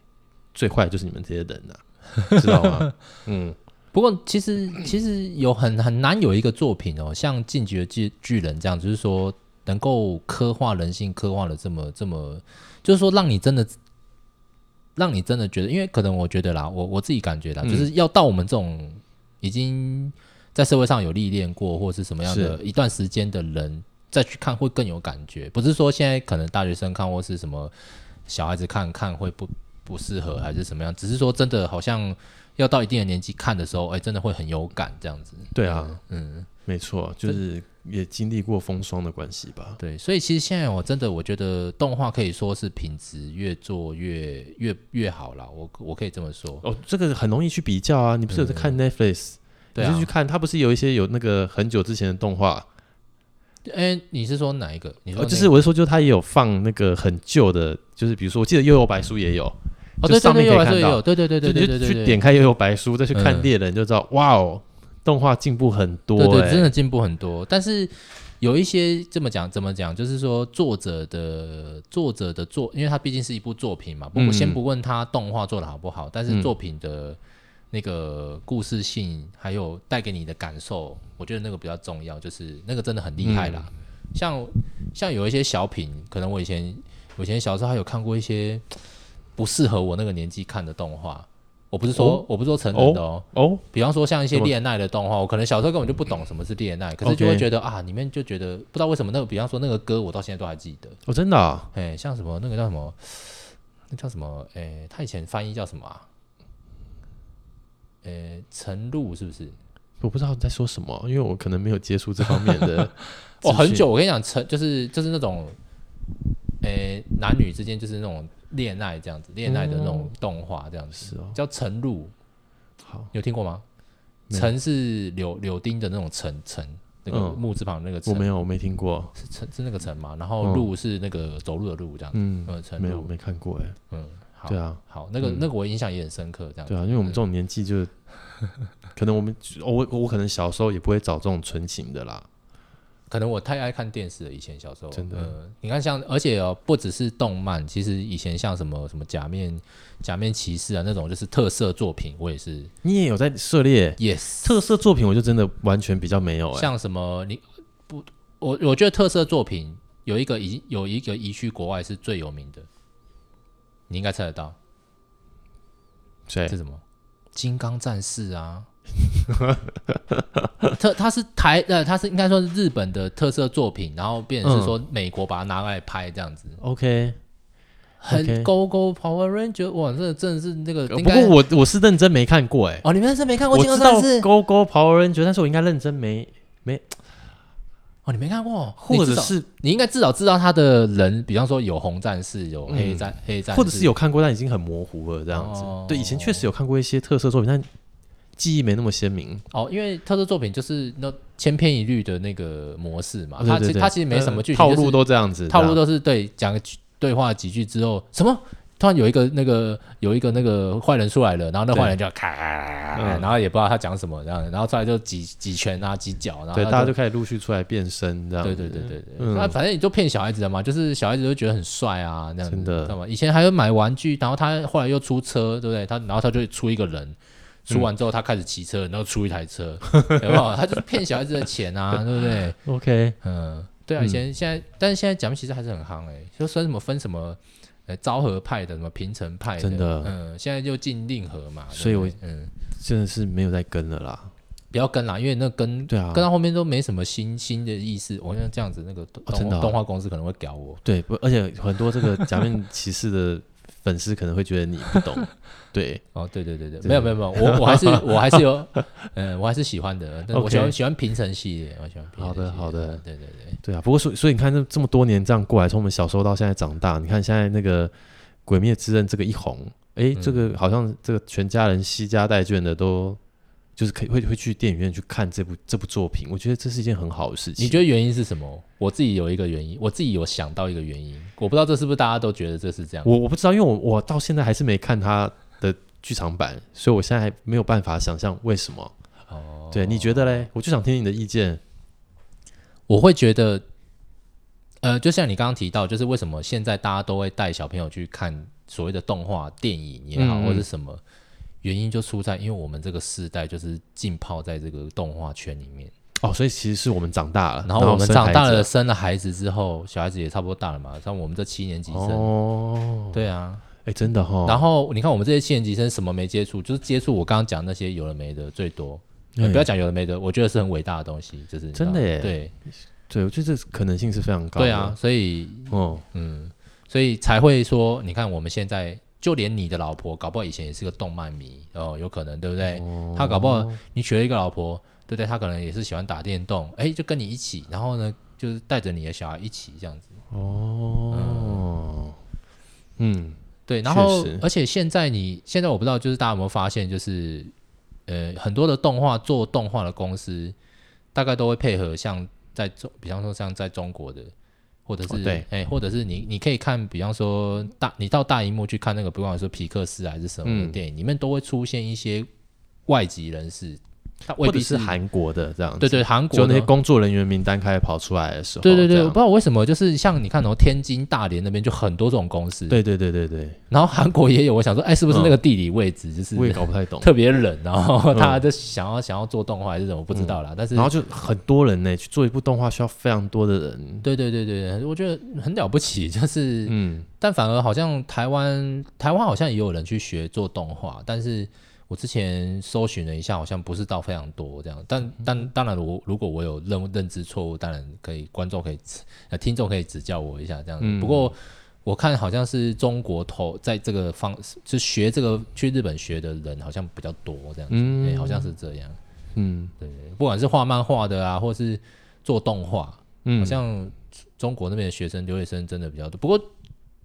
Speaker 1: 最坏的就是你们这些人呐、 知道吗？嗯，
Speaker 2: 不过其实其实有很很难有一个作品哦，像《进击的巨巨人》这样，就是说能够刻画人性，刻画的这么这么，就是说让你真的。让你真的觉得，因为可能我觉得啦，我我自己感觉啦，
Speaker 1: 嗯
Speaker 2: 就是要到我们这种已经在社会上有历练过，或是什么样的一段时间的人，再去看会更有感觉。不是说现在可能大学生看或是什么小孩子看看会不不适合，还是什么样？只是说真的，好像要到一定的年纪看的时候，哎、真的会很有感这样子。
Speaker 1: 对啊，
Speaker 2: 嗯，
Speaker 1: 没错，就是也经历过风霜的关系吧。
Speaker 2: 对，所以其实现在我真的我觉得动画可以说是品质越做越越越好啦，我我可以这么说。
Speaker 1: 哦，这个很容易去比较啊！你不是
Speaker 2: 嗯
Speaker 1: 有在看 Netflix，、
Speaker 2: 对
Speaker 1: 你
Speaker 2: 啊
Speaker 1: 就去，看，它不是有一些有那个很久之前的动画，
Speaker 2: 哎、你是说哪一个？你说、
Speaker 1: 哦，就是我是说，就是它也有放那个很旧的，就是比如说，我记得《幽游白书》也有，
Speaker 2: 哦，
Speaker 1: 就
Speaker 2: 对对
Speaker 1: 上
Speaker 2: 对，
Speaker 1: 面
Speaker 2: 有
Speaker 1: 可以
Speaker 2: 啊，
Speaker 1: 看
Speaker 2: 对
Speaker 1: 到
Speaker 2: 有，对对对对对
Speaker 1: 就
Speaker 2: 对对，嗯
Speaker 1: 你就去点开《幽游白书》，再去看《猎人》，就知道、哇哦，动画进步很多、欸，
Speaker 2: 对对，真的进步很多。但是有一些这么讲，怎么讲，就是说作者的作者的作，因为它毕竟是一部作品嘛，不过
Speaker 1: 嗯
Speaker 2: 先不论它动画做的好不好，但是
Speaker 1: 嗯
Speaker 2: 作品的那个故事性还有带给你的感受，我觉得那个比较重要，就是那个真的很厉害啦。
Speaker 1: 嗯
Speaker 2: 像像有一些小品，可能我以前我以前小时候还有看过一些不适合我那个年纪看的动画。我不是说、
Speaker 1: 哦
Speaker 2: 我不是说成人的哦
Speaker 1: 哦，
Speaker 2: 比方说像一些
Speaker 1: 什么嗯
Speaker 2: 恋爱的动画，我可能小时候根本就不懂什么是恋爱，可是就会觉得啊，里面就觉得不知道为什么那个，比方说那个歌，我到现在都还记得。
Speaker 1: 哦，真的、啊，
Speaker 2: 哎、像什么那个叫什么，那叫什么？哎、他以前翻译叫什么啊？呃、陈露是不是？。
Speaker 1: 我不知道你在说什么，因为我可能没有接触这方面的
Speaker 2: 哦，很久，
Speaker 1: 哦
Speaker 2: 我跟你讲，陈就是就是那种，哎、男女之间就是那种恋爱这样子，恋爱的那种动画这样子，
Speaker 1: 是哦，
Speaker 2: 叫陈露，
Speaker 1: 好，
Speaker 2: 有听过吗？
Speaker 1: 没有
Speaker 2: 陈是柳柳丁的那种陈陈，那个
Speaker 1: 嗯
Speaker 2: 木字旁那个陈
Speaker 1: 我。没有，我没听过，
Speaker 2: 是城是那个城嘛，然后
Speaker 1: 嗯
Speaker 2: 路是那个走路的路这样子，
Speaker 1: 嗯，
Speaker 2: 呃，城
Speaker 1: 没有，
Speaker 2: 路，
Speaker 1: 没看过、欸，
Speaker 2: 嗯，好
Speaker 1: 对，啊，
Speaker 2: 好，那个
Speaker 1: 嗯
Speaker 2: 那个我印象也很深刻，这样子
Speaker 1: 对啊，因为我们这种年纪就， 可能我们哦我我可能小时候也不会找这种纯情的啦，
Speaker 2: 可能我太爱看电视了，以前小时候
Speaker 1: 真的
Speaker 2: 呃你看像，而且哦，不只是动漫，其实以前像什么什么假面假面骑士啊那种，就是特色作品，我也是
Speaker 1: 你也有在涉猎
Speaker 2: yes，
Speaker 1: 特色作品，我就真的完全比较没有、欸，
Speaker 2: 像什么你不，我我觉得特色作品有一个移有一个移居国外是最有名的，你应该猜得到，
Speaker 1: 谁
Speaker 2: 是什么？金刚战士啊， 特它是台呃，它是应该说是日本的特色作品，然后变成是说美国把它拿来拍这样子，
Speaker 1: 嗯？OK，
Speaker 2: 很
Speaker 1: OK
Speaker 2: 勾勾 Power Ranger，哇，这真的是那个
Speaker 1: 呃
Speaker 2: 应
Speaker 1: 不
Speaker 2: 该
Speaker 1: 过我我是认真没看过、欸，哎。
Speaker 2: 哦，你们是没看过
Speaker 1: 我
Speaker 2: 金刚
Speaker 1: 知
Speaker 2: 战
Speaker 1: 道
Speaker 2: 士
Speaker 1: Go Go Power Ranger，但是我应该认真没，
Speaker 2: 哦，你没看过，
Speaker 1: 或
Speaker 2: 你
Speaker 1: 者
Speaker 2: 至少
Speaker 1: 是
Speaker 2: 你应该至少知道他的人，比方说有红战士，有黑
Speaker 1: 嗯
Speaker 2: 战、黑战士，
Speaker 1: 或者是有看过，但已经很模糊了这样子。
Speaker 2: 哦
Speaker 1: 对，以前确实有看过一些特色作品，但记忆没那么鲜明。
Speaker 2: 哦，因为特色作品就是那千篇一律的那个模式嘛，
Speaker 1: 啊对
Speaker 2: 它
Speaker 1: 对
Speaker 2: 其
Speaker 1: 对呃
Speaker 2: 它其实没什么剧情，
Speaker 1: 套
Speaker 2: 就是
Speaker 1: 路都这样子，啊
Speaker 2: 套路
Speaker 1: 这样
Speaker 2: 都是对讲个句对话几句之后，什么突然有一个那个有一个那个坏人出来了，然后那
Speaker 1: 对
Speaker 2: 坏人就咔，
Speaker 1: 嗯
Speaker 2: 然后也不知道他讲什么这样，然后出来就几几拳啊几脚，然后
Speaker 1: 对，
Speaker 2: 他
Speaker 1: 大家就开始陆续出来变身这样
Speaker 2: 对
Speaker 1: 子。
Speaker 2: 对对对对，
Speaker 1: 嗯
Speaker 2: 那、反正你就骗小孩子的嘛，就是小孩子就觉得很帅啊，那样子
Speaker 1: 真的
Speaker 2: 知道吗？以前还有买玩具，然后他后来又出车，对不对？他然后他就出一个人，出完之后他开始骑车，然后出一台车，有没有？他就是骗小孩子的钱啊，对不对？
Speaker 1: o k
Speaker 2: 嗯，对啊，以前现在，但是现在假面骑士还是很夯哎、就说什么分什么，呃，昭和派的，什么平成派的，
Speaker 1: 真的
Speaker 2: 嗯，现在就进令和嘛，
Speaker 1: 所以
Speaker 2: 对不
Speaker 1: 我
Speaker 2: 对嗯，
Speaker 1: 真的是没有在跟了啦。
Speaker 2: 不要跟啦，因为那跟、
Speaker 1: 对啊
Speaker 2: 嗯跟，到后面都没什么新新的意思，我像这样子，那个动、
Speaker 1: 哦真的啊
Speaker 2: 动画公司可能会屌我，
Speaker 1: 对，不而且很多这个假面骑士的粉丝可能会觉得你不懂。 对，
Speaker 2: 哦，对对对对，
Speaker 1: 对
Speaker 2: 没有没有没有，我我还是我还是有， 嗯，我还是喜欢的，但我
Speaker 1: OK
Speaker 2: 喜欢喜欢平成系列，我喜欢平成
Speaker 1: 好的
Speaker 2: 系列
Speaker 1: 好的
Speaker 2: 对对对，
Speaker 1: 对啊。不过所以所以你看这这么多年这样过来，从我们小时候到现在长大，你看现在那个《鬼灭之刃》这个一红，诶，
Speaker 2: 嗯
Speaker 1: 这个好像这个全家人惜家带眷的都。就是可以会会去电影院去看这部这部作品，我觉得这是一件很好的事情。
Speaker 2: 你觉得原因是什么？我自己有一个原因，我自己有想到一个原因，我不知道这是不是大家都觉得这是这样，
Speaker 1: 我我不知道，因为我我到现在还是没看他的剧场版，所以我现在还没有办法想象为什么。
Speaker 2: 哦
Speaker 1: 对，你觉得嘞？我就想听你的意见。
Speaker 2: 我会觉得，哎、呃，就像你刚刚提到，就是为什么现在大家都会带小朋友去看所谓的动画电影也好，
Speaker 1: 嗯嗯
Speaker 2: 或者什么原因，就出在因为我们这个世代就是浸泡在这个动画圈里面，
Speaker 1: 哦，所以其实是我们长大了，
Speaker 2: 然后我们长大了，
Speaker 1: 生
Speaker 2: 生了孩子之后，小孩子也差不多大了嘛，像我们这七年级
Speaker 1: 孩子
Speaker 2: 生，
Speaker 1: 哦，
Speaker 2: 对啊，
Speaker 1: 哎，真的哈，
Speaker 2: 然后你看我们这些七年级生什么没接触，就是接触我刚刚讲那些有的没的最多。呃
Speaker 1: 哎
Speaker 2: 不要讲有的没的，我觉得是很伟大的东西，就是你知道
Speaker 1: 真的耶
Speaker 2: 对
Speaker 1: 对，我觉得这可能性是非常高，
Speaker 2: 对啊，，所以
Speaker 1: 哦，
Speaker 2: 嗯，所以才会说，你看我们现在就连你的老婆，搞不好以前也是个动漫迷哦，有可能对不对？
Speaker 1: 哦
Speaker 2: 他搞不好你娶了一个老婆，对不对？他可能也是喜欢打电动，哎，就跟你一起，然后呢，就是带着你的小孩一起这样子。
Speaker 1: 哦，嗯，
Speaker 2: 对，然
Speaker 1: 确
Speaker 2: 后
Speaker 1: 实
Speaker 2: 而且现在你现在我不知道，就是大家有没有发现，就是呃，很多的动画做动画的公司，大概都会配合像在中，比方说像在中国的，或者是、
Speaker 1: 哦对，
Speaker 2: 哎，或者是你你可以看，比方说大你到大荧幕去看那个，不管说皮克斯还是什么的
Speaker 1: 嗯
Speaker 2: 电影，里面都会出现一些外籍人士，他未
Speaker 1: 或
Speaker 2: 必
Speaker 1: 者是韩国的这样子，
Speaker 2: 对对韩国
Speaker 1: 就那些
Speaker 2: 的
Speaker 1: 工作人员名单开始跑出来的时候，
Speaker 2: 对对对，
Speaker 1: 这
Speaker 2: 我
Speaker 1: 样
Speaker 2: 不知道为什么，就是像你看哦，天津、大连那边就很多这种公司，，
Speaker 1: 对对对对对，
Speaker 2: 然后韩国也有，我想说，哎，是不是那个地理位置就是
Speaker 1: 我也搞不太懂。
Speaker 2: 特别冷，然后
Speaker 1: 嗯
Speaker 2: 大家就想要、想要做动画还是怎么不知道啦。但是
Speaker 1: 然后就很多人呢，去做一部动画需要非常多的人，
Speaker 2: 对对对对，我觉得很了不起， 就是、
Speaker 1: 嗯，
Speaker 2: 但反而好像台湾台湾好像也有人去学做动画，但是我之前搜寻了一下，好像不是到非常多这样。
Speaker 1: 嗯
Speaker 2: 但但当然我，如如果我有认认知错误，当然可以观众可以指呃听众可以指教我一下这样子。
Speaker 1: 嗯
Speaker 2: 不过。我看好像是中国投在这个方，就学这个去日本学的人好像比较多这样子，哎
Speaker 1: 嗯
Speaker 2: 对好像是这样。
Speaker 1: 嗯
Speaker 2: 不管是画漫画的啊，或是做动画，
Speaker 1: 嗯，
Speaker 2: 好像中国那边的学生留学生真的比较多。不过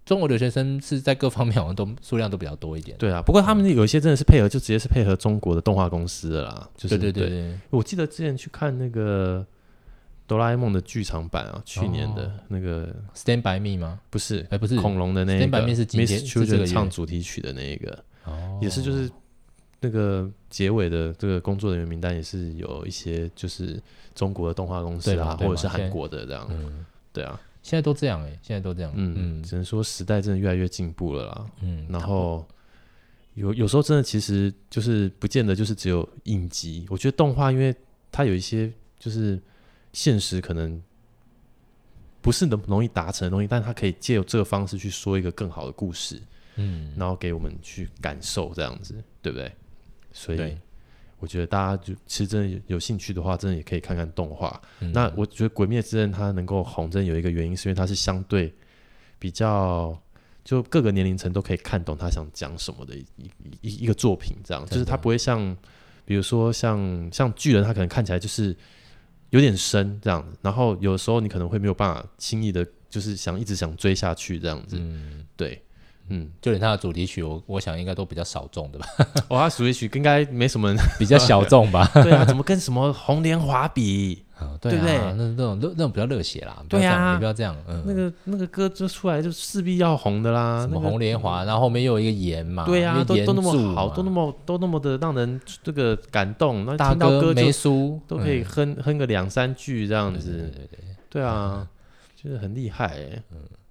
Speaker 2: 中国留学生是在各方面 好像都数量都比较多一点。
Speaker 1: 对啊，不过他们有一些真的是配合，就直接是配合中国的动画公司的啦。就是
Speaker 2: 对对
Speaker 1: 对，
Speaker 2: 对，
Speaker 1: 我记得之前去看那个哆啦 A 梦的剧场版啊，去年
Speaker 2: 哦
Speaker 1: 的那个
Speaker 2: Stand by me 吗？
Speaker 1: 不是
Speaker 2: 哎，不是，
Speaker 1: 恐龙的那一
Speaker 2: Stand by
Speaker 1: 个
Speaker 2: Me 是今天
Speaker 1: Miss
Speaker 2: 是这个
Speaker 1: Children
Speaker 2: 月
Speaker 1: 唱主题曲的那一个，
Speaker 2: 哦
Speaker 1: 也是就是那个结尾的这个工作人员名单也是有一些就是中国的动画公司
Speaker 2: 对嘛
Speaker 1: 啊，
Speaker 2: 对
Speaker 1: 或
Speaker 2: 嘛
Speaker 1: 者是
Speaker 2: 现
Speaker 1: 韩
Speaker 2: 在
Speaker 1: 国的这样。
Speaker 2: 嗯，
Speaker 1: 对啊，
Speaker 2: 现在都这样哎、现在都这样。
Speaker 1: 嗯，
Speaker 2: 嗯
Speaker 1: 只能说时代真的越来越进步了啦。
Speaker 2: 嗯
Speaker 1: 然后有有时候真的其实就是不见得就是只有影集，我觉得动画因为它有一些就是现实可能不是那么容易达成的东西，但它可以借由这个方式去说一个更好的故事，
Speaker 2: 嗯，
Speaker 1: 然后给我们去感受这样子，对不对？所以
Speaker 2: 对，
Speaker 1: 我觉得大家就其实真的有有兴趣的话，真的也可以看看动画。
Speaker 2: 嗯
Speaker 1: 那我觉得《鬼灭之刃》它能够红，真的有一个原因，是因为它是相对比较就各个年龄层都可以看懂他想讲什么的一一一一个作品，这样
Speaker 2: 嗯真的
Speaker 1: 就是它不会像比如说像像巨人，他可能看起来就是有点深这样子，然后有时候你可能会没有办法轻易的，就是想一直想追下去这样子，
Speaker 2: 嗯，
Speaker 1: 对。嗯，
Speaker 2: 就连他的主题曲，我我想应该都比较少众的 吧，
Speaker 1: 哦，他 Switch 应该没什么人，
Speaker 2: 比较小 众吧。
Speaker 1: 对啊，怎么跟什么红莲华比？
Speaker 2: 啊对
Speaker 1: 对不对
Speaker 2: 啊，那那种那种比较热血啦，不要
Speaker 1: 对啊
Speaker 2: 这样你不要这样，嗯，
Speaker 1: 那个那个歌就出来就势必要红的啦，
Speaker 2: 什
Speaker 1: 那
Speaker 2: 么
Speaker 1: 个
Speaker 2: 红莲华，然后后面又有一个盐嘛，
Speaker 1: 对
Speaker 2: 因
Speaker 1: 啊，
Speaker 2: 为
Speaker 1: 都
Speaker 2: 盐
Speaker 1: 都那么
Speaker 2: 柱
Speaker 1: 好，
Speaker 2: 嘛
Speaker 1: 都那么都那么的让人这个感动，那
Speaker 2: 大
Speaker 1: 听到歌就
Speaker 2: 没输，
Speaker 1: 都可以
Speaker 2: 嗯
Speaker 1: 哼、哼个两三句这样
Speaker 2: 对对
Speaker 1: 子，
Speaker 2: 对对，
Speaker 1: 对啊，就是很厉害欸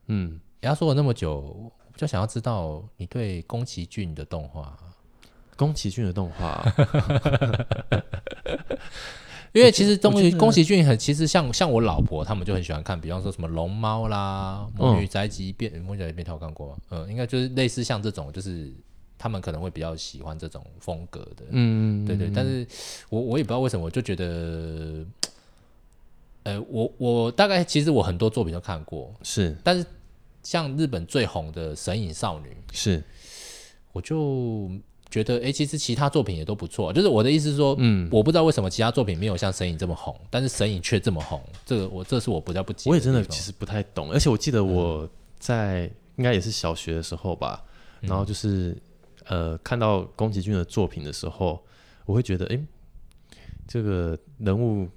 Speaker 1: 嗯
Speaker 2: 人家说了那么久，我比较想要知道你对宫崎骏的动画，
Speaker 1: 宫崎骏的动 画
Speaker 2: 因为其实东
Speaker 1: 我觉得
Speaker 2: 宫崎骏很，其实像像我老婆他们就很喜欢看，比方说什么龙猫啦、
Speaker 1: 嗯
Speaker 2: 魔女宅急便、魔女宅急便，他有看过吗？嗯，应该就是类似像这种，就是他们可能会比较喜欢这种风格的，
Speaker 1: 嗯，
Speaker 2: 对对，但是我我也不知道为什么，我就觉得，呃，我我大概其实我很多作品都看过，
Speaker 1: 是
Speaker 2: 但是像日本最红的《神隐少女》，
Speaker 1: 是
Speaker 2: 我就觉得，哎，其实其他作品也都不错。就是我的意思是说，
Speaker 1: 嗯，
Speaker 2: 我不知道为什么其他作品没有像《神隐》这么红，但是《神隐》却这么红，这个我这是我比较不解。
Speaker 1: 我也真的其，实不太懂，而且我记
Speaker 2: 嗯
Speaker 1: 得我在、应该也是小学的时候吧，然
Speaker 2: 嗯
Speaker 1: 后就是呃看到宫崎骏的作品的时候，我会觉得诶，这个人物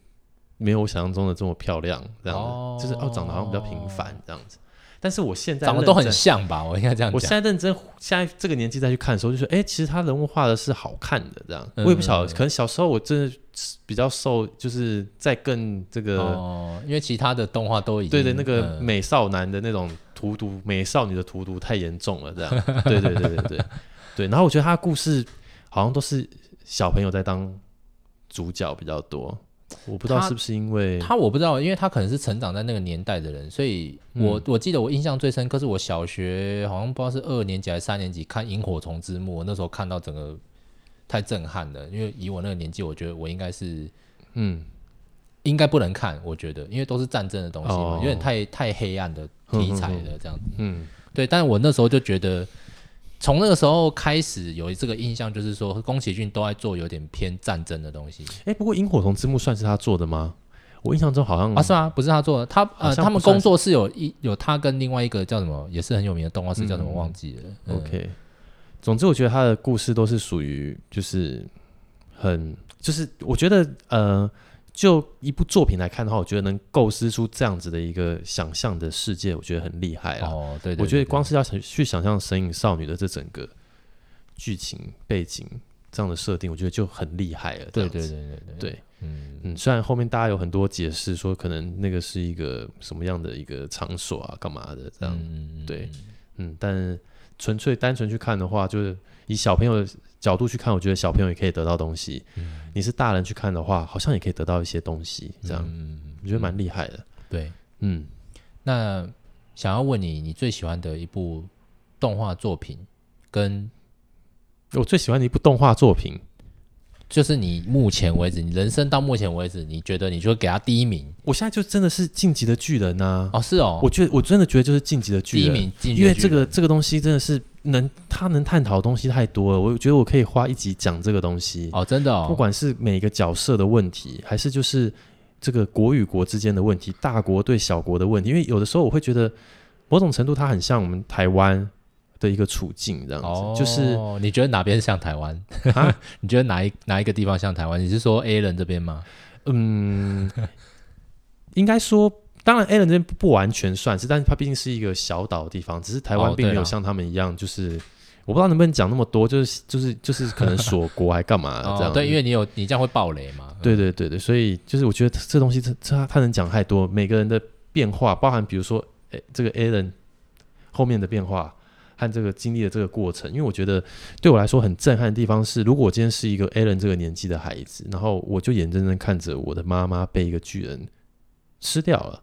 Speaker 1: 没有我想象中的这么漂亮，这样子，
Speaker 2: 哦
Speaker 1: 就是哦长得好像比较平凡这样子。但是我现在
Speaker 2: 长得
Speaker 1: 认
Speaker 2: 都很
Speaker 1: 真
Speaker 2: 像吧？我应该这样
Speaker 1: 我
Speaker 2: 讲
Speaker 1: 现。在认真，现在这个年纪再去看的时候，就说，哎、其实他人物画的是好看的，这样。
Speaker 2: 嗯
Speaker 1: 我也不晓得，可能小时候我真的是比较受，就是在更这个、
Speaker 2: 哦，因为其他的动画都已经
Speaker 1: 对的那个
Speaker 2: 嗯
Speaker 1: 美少男的那种荼毒，美少女的荼毒太严重了，这样。 对对对对对对。然后我觉得他的故事好像都是小朋友在当主角比较多，我不知道
Speaker 2: 他
Speaker 1: 是不是因为
Speaker 2: 他我不知道，因为他可能是成长在那个年代的人，所以
Speaker 1: 嗯
Speaker 2: 我、我记得我印象最深刻是我小学好像不知道是二年级还是三年级看《萤火虫之墓》，那时候看到整个太震撼了，因为以我那个年纪，我觉得我应该是
Speaker 1: 嗯
Speaker 2: 应该不能看，我觉得因为都是战争的东西嘛，
Speaker 1: 哦
Speaker 2: 有点太太黑暗的题材了这样子。
Speaker 1: 嗯
Speaker 2: 对，但我那时候就觉得。从那个时候开始有这个印象，就是说宫崎骏都在做有点偏战争的东西。啊
Speaker 1: 哎、不过《萤火虫之墓》算是他做的吗？我印象中好像
Speaker 2: 啊，是吗？不是他做的，他
Speaker 1: 嗯好
Speaker 2: 呃，
Speaker 1: 像
Speaker 2: 他们
Speaker 1: 不算
Speaker 2: 工作室有一有他跟另外一个叫什么，也是很有名的动画师，叫什么
Speaker 1: 嗯
Speaker 2: 忘记了。嗯
Speaker 1: OK，总之我觉得他的故事都是属于就是很就是我觉得呃，就一部作品来看的话，我觉得能构思出这样子的一个想象的世界，我觉得很厉害了。
Speaker 2: 哦，对对
Speaker 1: 哎我觉得
Speaker 2: 对
Speaker 1: 光是要想去想象《神隐少女》的这整个剧情背景这样的设定，我觉得就很厉害了。这
Speaker 2: 对对
Speaker 1: 样
Speaker 2: 对
Speaker 1: 子
Speaker 2: 对对
Speaker 1: 对
Speaker 2: 嗯，
Speaker 1: 嗯，虽然后面大家有很多解释说，可能那个是一个什么样的一个场所啊，干嘛的这样，
Speaker 2: 嗯，
Speaker 1: 对，嗯，但纯粹单纯去看的话，就是以小朋友的角度去看，我觉得小朋友也可以得到东西。
Speaker 2: 嗯
Speaker 1: 你是大人去看的话，好像也可以得到一些东西，这样、
Speaker 2: 嗯，
Speaker 1: 我觉得蛮厉害的。
Speaker 2: 对。
Speaker 1: 嗯，
Speaker 2: 那想要问你，你最喜欢的一部动画作品，跟
Speaker 1: 我最喜欢的一部动画作品，
Speaker 2: 就是你目前为止，你人生到目前为止，你觉得你就会给他第一名
Speaker 1: 我现在就真的是《晋级的巨人》呐、
Speaker 2: 哦？是哦，
Speaker 1: 我觉得我真的觉得就是《晋级的
Speaker 2: 第
Speaker 1: 巨
Speaker 2: 一
Speaker 1: 人》，
Speaker 2: 名进去
Speaker 1: 因为
Speaker 2: 的
Speaker 1: 这
Speaker 2: 巨人
Speaker 1: 个这个东西真的是能，它能探讨的东西太多了。我觉得我可以花一集讲这个东西。
Speaker 2: 哦，真的哦，
Speaker 1: 不管是每个角色的问题，还是就是这个国与国之间的问题，大国对小国的问题，因为有的时候我会觉得，某种程度它很像我们台湾的一个处境这样子，
Speaker 2: 哦，
Speaker 1: 就是
Speaker 2: 你觉得哪边像台湾？
Speaker 1: 啊
Speaker 2: 你觉得哪一哪一个地方像台湾？你是说 A 人这边吗？
Speaker 1: 嗯，应该说。当然，A 人这边不不完全算是，但是它毕竟是一个小岛的地方，只是台湾
Speaker 2: 哦
Speaker 1: 并没
Speaker 2: 对
Speaker 1: 有
Speaker 2: 啦
Speaker 1: 像他们一样，就是、我不知道能不能讲那么多，就是就是就是可能锁国还干嘛啊这样、
Speaker 2: 哦对，因为你有你这样会爆雷嘛。
Speaker 1: 对对对对，所以就是我觉得这这东西这这他能讲太多，每个人的变化，包含比如说，诶，这个 A 人后面的变化和这个经历的这个过程，因为我觉得对我来说很震撼的地方是，如果我今天是一个 A 人这个年纪的孩子，然后我就眼睁睁看着我的妈妈被一个巨人吃掉了，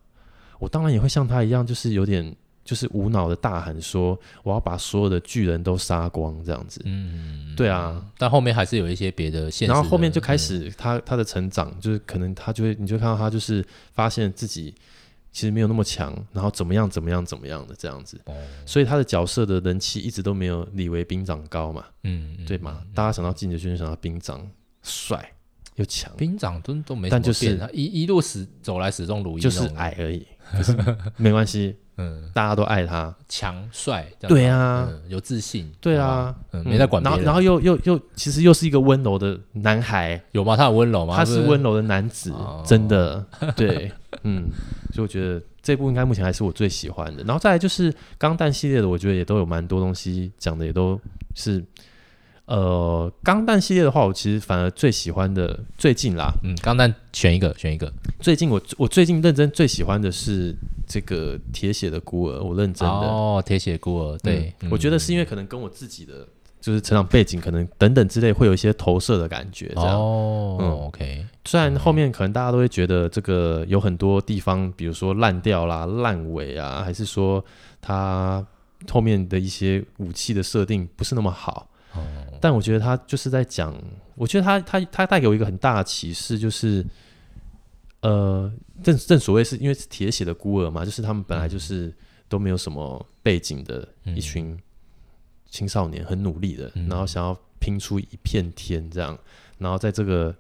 Speaker 1: 我当然也会像他一样，就是有点就是无脑的大喊说，我要把所有的巨人都杀光这样子。
Speaker 2: 嗯，
Speaker 1: 对啊，
Speaker 2: 但后面还是有一些别的现实的。嗯
Speaker 1: 然后后面就开始他他的成长，就是可能他就会，你就看到他就是发现自己其实没有那么强，然后怎么样怎么样怎么样的这样子，
Speaker 2: 哦
Speaker 1: 所以他的角色的人气一直都没有李维兵长高嘛，
Speaker 2: 嗯，嗯
Speaker 1: 对吗？大家想到进击轩就想到兵长帅又强，
Speaker 2: 兵长都都没什
Speaker 1: 但
Speaker 2: 么变，
Speaker 1: 就是
Speaker 2: 他一一路始走来始终如一，哦
Speaker 1: 就是矮，而已，可是没关系，
Speaker 2: 嗯，
Speaker 1: 大家都爱他，
Speaker 2: 强帅，这样
Speaker 1: 对啊
Speaker 2: 嗯有自信，
Speaker 1: 对
Speaker 2: 好吧，
Speaker 1: 啊，
Speaker 2: 嗯，没在管别
Speaker 1: 然后
Speaker 2: 人，
Speaker 1: 然后又又又其实又是一个温柔的男孩，
Speaker 2: 有吗？他很温柔吗？
Speaker 1: 他是
Speaker 2: 不
Speaker 1: 温柔的男子
Speaker 2: 哦，
Speaker 1: 真的，对，嗯，所以我觉得这部应该目前还是我最喜欢的。然后再来就是钢弹系列的，我觉得也都有蛮多东西讲的，也都是，呃，钢弹系列的话，我其实反而最喜欢的最近啦，
Speaker 2: 嗯，钢弹选一个，选一个，
Speaker 1: 最近我我最近认真最喜欢的是这个铁血的孤儿，我认真的，
Speaker 2: 哦，铁血孤儿，对，
Speaker 1: 嗯我觉得是因为可能跟我自己的就是成长背景可能等等之类会有一些投射的感觉，这样。
Speaker 2: 哦
Speaker 1: 嗯
Speaker 2: ，OK，
Speaker 1: 虽然后面可能大家都会觉得这个有很多地方，比如说烂掉啦、烂尾啊，还是说它后面的一些武器的设定不是那么好，
Speaker 2: 哦，
Speaker 1: 但我觉得它就是在讲，我觉得它它它带给我一个很大的启示，就是呃，正正所谓是因为是铁血的孤儿嘛，就是他们本来就是都没有什么背景的
Speaker 2: 嗯
Speaker 1: 一群青少年，很努力的，
Speaker 2: 嗯
Speaker 1: 然后想要拼出一片天这样，然后在这个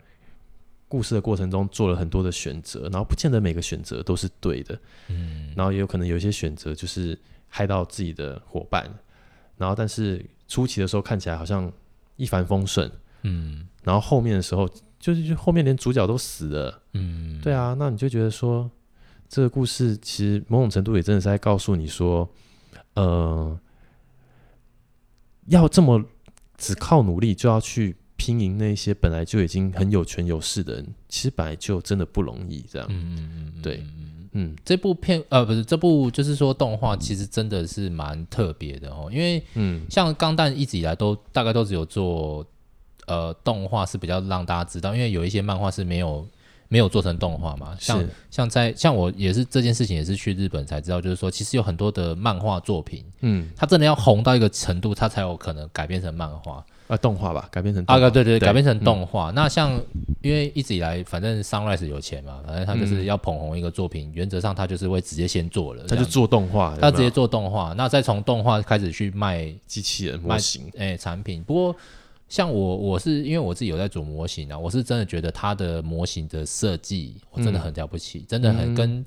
Speaker 1: 故事的过程中做了很多的选择，然后不见得每个选择都是对的，
Speaker 2: 嗯，
Speaker 1: 然后也有可能有一些选择就是害到自己的伙伴，然后但是初期的时候看起来好像一帆风顺，
Speaker 2: 嗯
Speaker 1: 然后后面的时候就是就后面连主角都死了，
Speaker 2: 嗯，
Speaker 1: 对啊，那你就觉得说这个故事其实某种程度也真的是在告诉你说，呃，要这么只靠努力就要去拼赢那些本来就已经很有权有势的人，其实本来就真的不容易。这样，
Speaker 2: 嗯嗯嗯，
Speaker 1: 对
Speaker 2: 嗯，嗯嗯
Speaker 1: 嗯
Speaker 2: 这部片呃不是这部就是说动画其实真的是蛮特别的哦，因为
Speaker 1: 嗯
Speaker 2: 像钢弹一直以来都大概都只有做呃动画是比较让大家知道，因为有一些漫画是没有没有做成动画嘛，像
Speaker 1: 是
Speaker 2: 像在像我也是这件事情也是去日本才知道，就是说其实有很多的漫画作品，
Speaker 1: 嗯
Speaker 2: 它真的要红到一个程度，它才有可能改编成漫画。
Speaker 1: 啊，动画吧，改编成
Speaker 2: 啊，
Speaker 1: 动画
Speaker 2: 对对对，
Speaker 1: 对嗯
Speaker 2: 改编成动画。那像因为一直以来，反正 Sunrise 有钱嘛，反正他就是要捧红一个作品，原则上他就是会直接先做了，
Speaker 1: 他就
Speaker 2: 这样子
Speaker 1: 做动画，
Speaker 2: 啊他
Speaker 1: 有没
Speaker 2: 直接
Speaker 1: 有
Speaker 2: 做动画，那再从动画开始去卖
Speaker 1: 机器人模型，
Speaker 2: 诶、产品。不过像我，我是因为我自己有在组模型啊，我是真的觉得它的模型的设计我
Speaker 1: 嗯
Speaker 2: 真的很了不起，真的很跟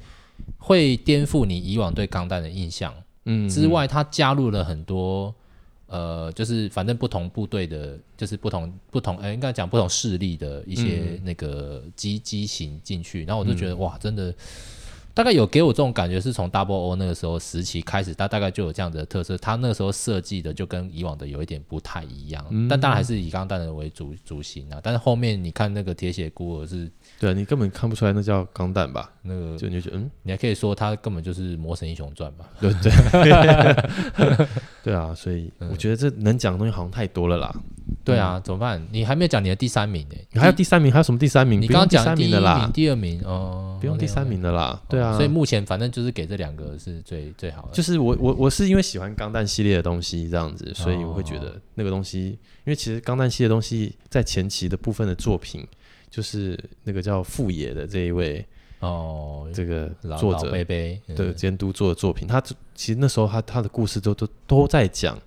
Speaker 2: 会颠覆你以往对钢弹的印象。
Speaker 1: 嗯，
Speaker 2: 之外，它加入了很多呃，就是反正不同部队的，就是不同不同，呃，应该讲不同势力的一
Speaker 1: 嗯
Speaker 2: 些那个机机型进去，然后我就觉得、哇，真的。大概有给我这种感觉，是从 Double O 那个时候时期开始，它大概就有这样子的特色。它那个时候设计的就跟以往的有一点不太一样，
Speaker 1: 嗯
Speaker 2: 但当然还是以钢弹的为主主心啊。但是后面你看那个铁血孤儿是
Speaker 1: 对啊你根本看不出来那叫钢弹吧？
Speaker 2: 那个，
Speaker 1: 就你就觉得嗯，
Speaker 2: 你还可以说它根本就是《魔神英雄传》吧？
Speaker 1: 对对对啊，所以
Speaker 2: 嗯
Speaker 1: 我觉得这能讲的东西好像太多了啦。
Speaker 2: 对啊，怎么办？你还没有讲你的第三名呢、
Speaker 1: 嗯还有第三名，还有什么第三名？
Speaker 2: 你
Speaker 1: 不
Speaker 2: 刚
Speaker 1: 用
Speaker 2: 刚
Speaker 1: 第
Speaker 2: 讲
Speaker 1: 三
Speaker 2: 第一
Speaker 1: 名的啦
Speaker 2: 名、，第二名哦，
Speaker 1: 不用第三
Speaker 2: OK，OK，
Speaker 1: 名的啦。对啊，
Speaker 2: 所以目前反正就是给这两个是最最好的。
Speaker 1: 就是我我我是因为喜欢钢弹系列的东西这样子，所以我会
Speaker 2: 哦
Speaker 1: 觉得那个东西，因为其实钢弹系列的东西在前期的部分的作品，就是那个叫富野的这一位
Speaker 2: 哦，
Speaker 1: 这个
Speaker 2: 老
Speaker 1: 作
Speaker 2: 老
Speaker 1: 者
Speaker 2: 贝贝，嗯
Speaker 1: 的监督做的作品，他其实那时候他他的故事都都都在讲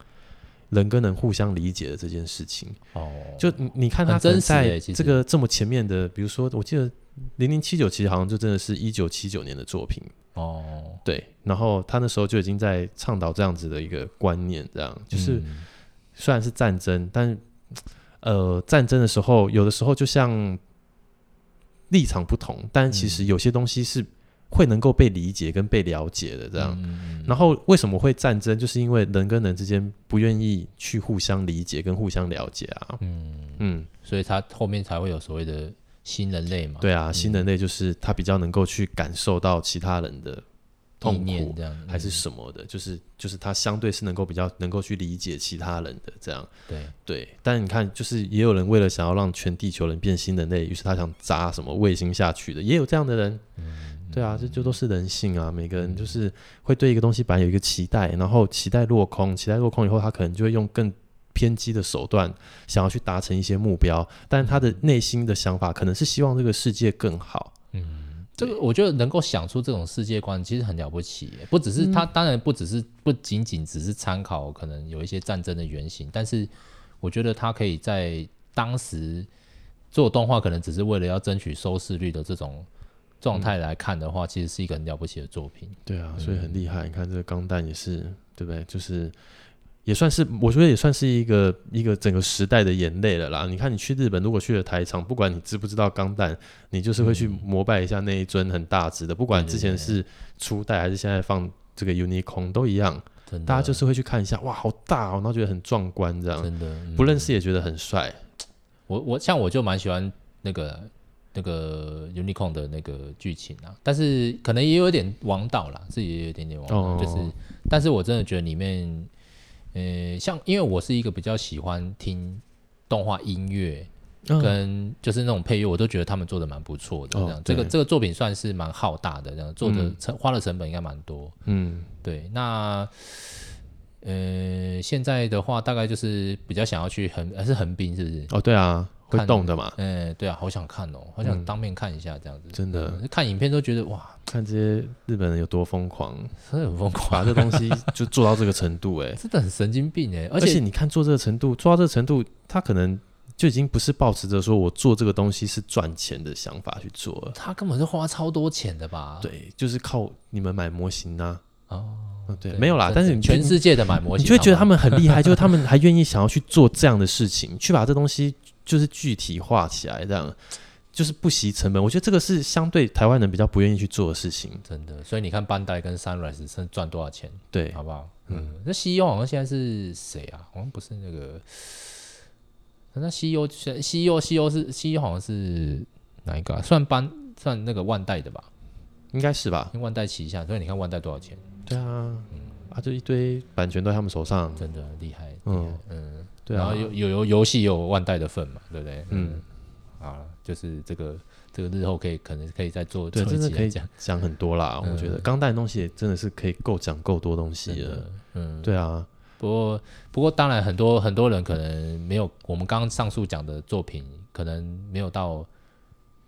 Speaker 1: 人跟人互相理解的这件事情。
Speaker 2: 哦，
Speaker 1: 就你你看他
Speaker 2: 很真
Speaker 1: 可能
Speaker 2: 实欸
Speaker 1: 在
Speaker 2: 其
Speaker 1: 这
Speaker 2: 实
Speaker 1: 个这么前面的，比如说我记得零零七九其实好像就真的是一九七九年的作品，
Speaker 2: 哦，
Speaker 1: 对。然后他那时候就已经在倡导这样子的一个观念，这样就是
Speaker 2: 嗯
Speaker 1: 虽然是战争，但呃战争的时候有的时候就像立场不同，但其
Speaker 2: 嗯
Speaker 1: 实有些东西是会能够被理解跟被了解的这样。
Speaker 2: 嗯
Speaker 1: 然后为什么会战争？就是因为人跟人之间不愿意去互相理解跟互相了解啊。
Speaker 2: 嗯，
Speaker 1: 嗯，
Speaker 2: 所以他后面才会有所谓的新人类嘛，
Speaker 1: 对啊，新
Speaker 2: 嗯
Speaker 1: 人类就是他比较能够去感受到其他人的
Speaker 2: 意
Speaker 1: 痛
Speaker 2: 念
Speaker 1: 苦
Speaker 2: 这样，
Speaker 1: 还是
Speaker 2: 嗯
Speaker 1: 什么的，就是就是他相对是能够比较能够去理解其他人的这样。
Speaker 2: 对，
Speaker 1: 对，但你看，就是也有人为了想要让全地球人变新人类，于是他想砸什么卫星下去的，也有这样的人。对啊，这就都是人性啊，每个人就是会对一个东西本来有一个期待，然后期待落空，期待落空以后，他可能就会用更偏激的手段想要去达成一些目标，但他的内心的想法可能是希望这个世界更好。
Speaker 2: 这个我觉得能够想出这种世界观，其实很了不起耶。嗯不只是他，当然不只是不仅仅只是参考可能有一些战争的原型，但是我觉得他可以在当时做动画，可能只是为了要争取收视率的这种状态来看的话，其实是一个很了不起的作品。
Speaker 1: 对啊，所以很厉害。你看这个钢弹也是，对不对？就是也算是，我觉得也算是一个一个整个时代的眼泪了啦。你看，你去日本，如果去了台场，不管你知不知道钢弹，你就是会
Speaker 2: 嗯
Speaker 1: 去膜拜一下那一尊很大只的，不管
Speaker 2: 对对
Speaker 1: 之前
Speaker 2: 对
Speaker 1: 是初代还是现在放这
Speaker 2: 嗯
Speaker 1: 个 Unicorn 都一样，
Speaker 2: 真的，
Speaker 1: 大家就是会去看一下，哇，好大哦，然后觉得很壮观这样。
Speaker 2: 真的、嗯
Speaker 1: 不认识也觉得很帅，
Speaker 2: 我我像我就蛮喜欢那个那个 Unicorn 的那个剧情啊，但是可能也有点王道啦，自己也有一点点王道，
Speaker 1: 哦
Speaker 2: 就是但是我真的觉得里面，呃，像因为我是一个比较喜欢听动画音乐
Speaker 1: 嗯，
Speaker 2: 跟就是那种配乐，我都觉得他们做的蛮不错的，
Speaker 1: 哦
Speaker 2: 这样、这个
Speaker 1: 对
Speaker 2: 这个作品算是蛮浩大的，这样做的
Speaker 1: 嗯
Speaker 2: 成、花的成本应该蛮多，
Speaker 1: 嗯
Speaker 2: 对，那呃现在的话大概就是比较想要去横呃是横滨是不是？
Speaker 1: 哦，对啊，会
Speaker 2: 看
Speaker 1: 动的嘛，
Speaker 2: 嗯，对啊，好想看哦，好想当面看一下这样子。
Speaker 1: 嗯真的，
Speaker 2: 嗯看影片都觉得哇，
Speaker 1: 看这些日本人有多疯狂，
Speaker 2: 真的很疯狂，
Speaker 1: 把这东西就做到这个程度，哎，
Speaker 2: 真的很神经病哎！
Speaker 1: 而
Speaker 2: 而
Speaker 1: 且
Speaker 2: 且
Speaker 1: 你看做这个程度，做到这个程度，他可能就已经不是抱持着说我做这个东西是赚钱的想法去做了，
Speaker 2: 他根本是花超多钱的吧？
Speaker 1: 对，就是靠你们买模型呐、
Speaker 2: 啊哦，
Speaker 1: 嗯，对，
Speaker 2: 对
Speaker 1: 没有啦，
Speaker 2: 真
Speaker 1: 但是
Speaker 2: 的
Speaker 1: 你
Speaker 2: 全
Speaker 1: 是
Speaker 2: 世界的买模
Speaker 1: 你
Speaker 2: 型，
Speaker 1: 就会觉得他
Speaker 2: 好吗
Speaker 1: 们很 厉害，就是他们还愿意想要去做这样的事情，去把这东西就是具体化起来，这样。就是不惜成本。我觉得这个是相对台湾人比较不愿意去做的事情。
Speaker 2: 真的。所以你看班代跟 Sunrise 是赚多少钱，
Speaker 1: 对，
Speaker 2: 好不好？嗯，那 CEO 好像现在是谁啊？好像不是那个，那 E CEO 现 CEO CEO E 是 CEO 好像是哪一个、啊？算班算那个万代的吧？
Speaker 1: 应该是吧？
Speaker 2: 因为万代旗下，所以你看万代多少钱，
Speaker 1: 对啊，啊，就一堆版权都在他们手上。
Speaker 2: 真的厉害，厉
Speaker 1: 嗯
Speaker 2: 害，嗯，
Speaker 1: 对
Speaker 2: 然
Speaker 1: 啊
Speaker 2: 后，有有有游戏有万代的份嘛，对不对？
Speaker 1: 嗯，
Speaker 2: 啊，就是这个这个日后可以可能可以再做，
Speaker 1: 对，
Speaker 2: 做一
Speaker 1: 真的
Speaker 2: 集啊
Speaker 1: 可
Speaker 2: 来
Speaker 1: 以
Speaker 2: 讲，
Speaker 1: 讲很多啦。我觉得
Speaker 2: 嗯
Speaker 1: 钢弹的东西也真的是可以够讲够多东西
Speaker 2: 真
Speaker 1: 了。
Speaker 2: 的，嗯，
Speaker 1: 对啊，
Speaker 2: 不过，不过当然很多很多人可能没有我们刚刚上述讲的作品，可能没有到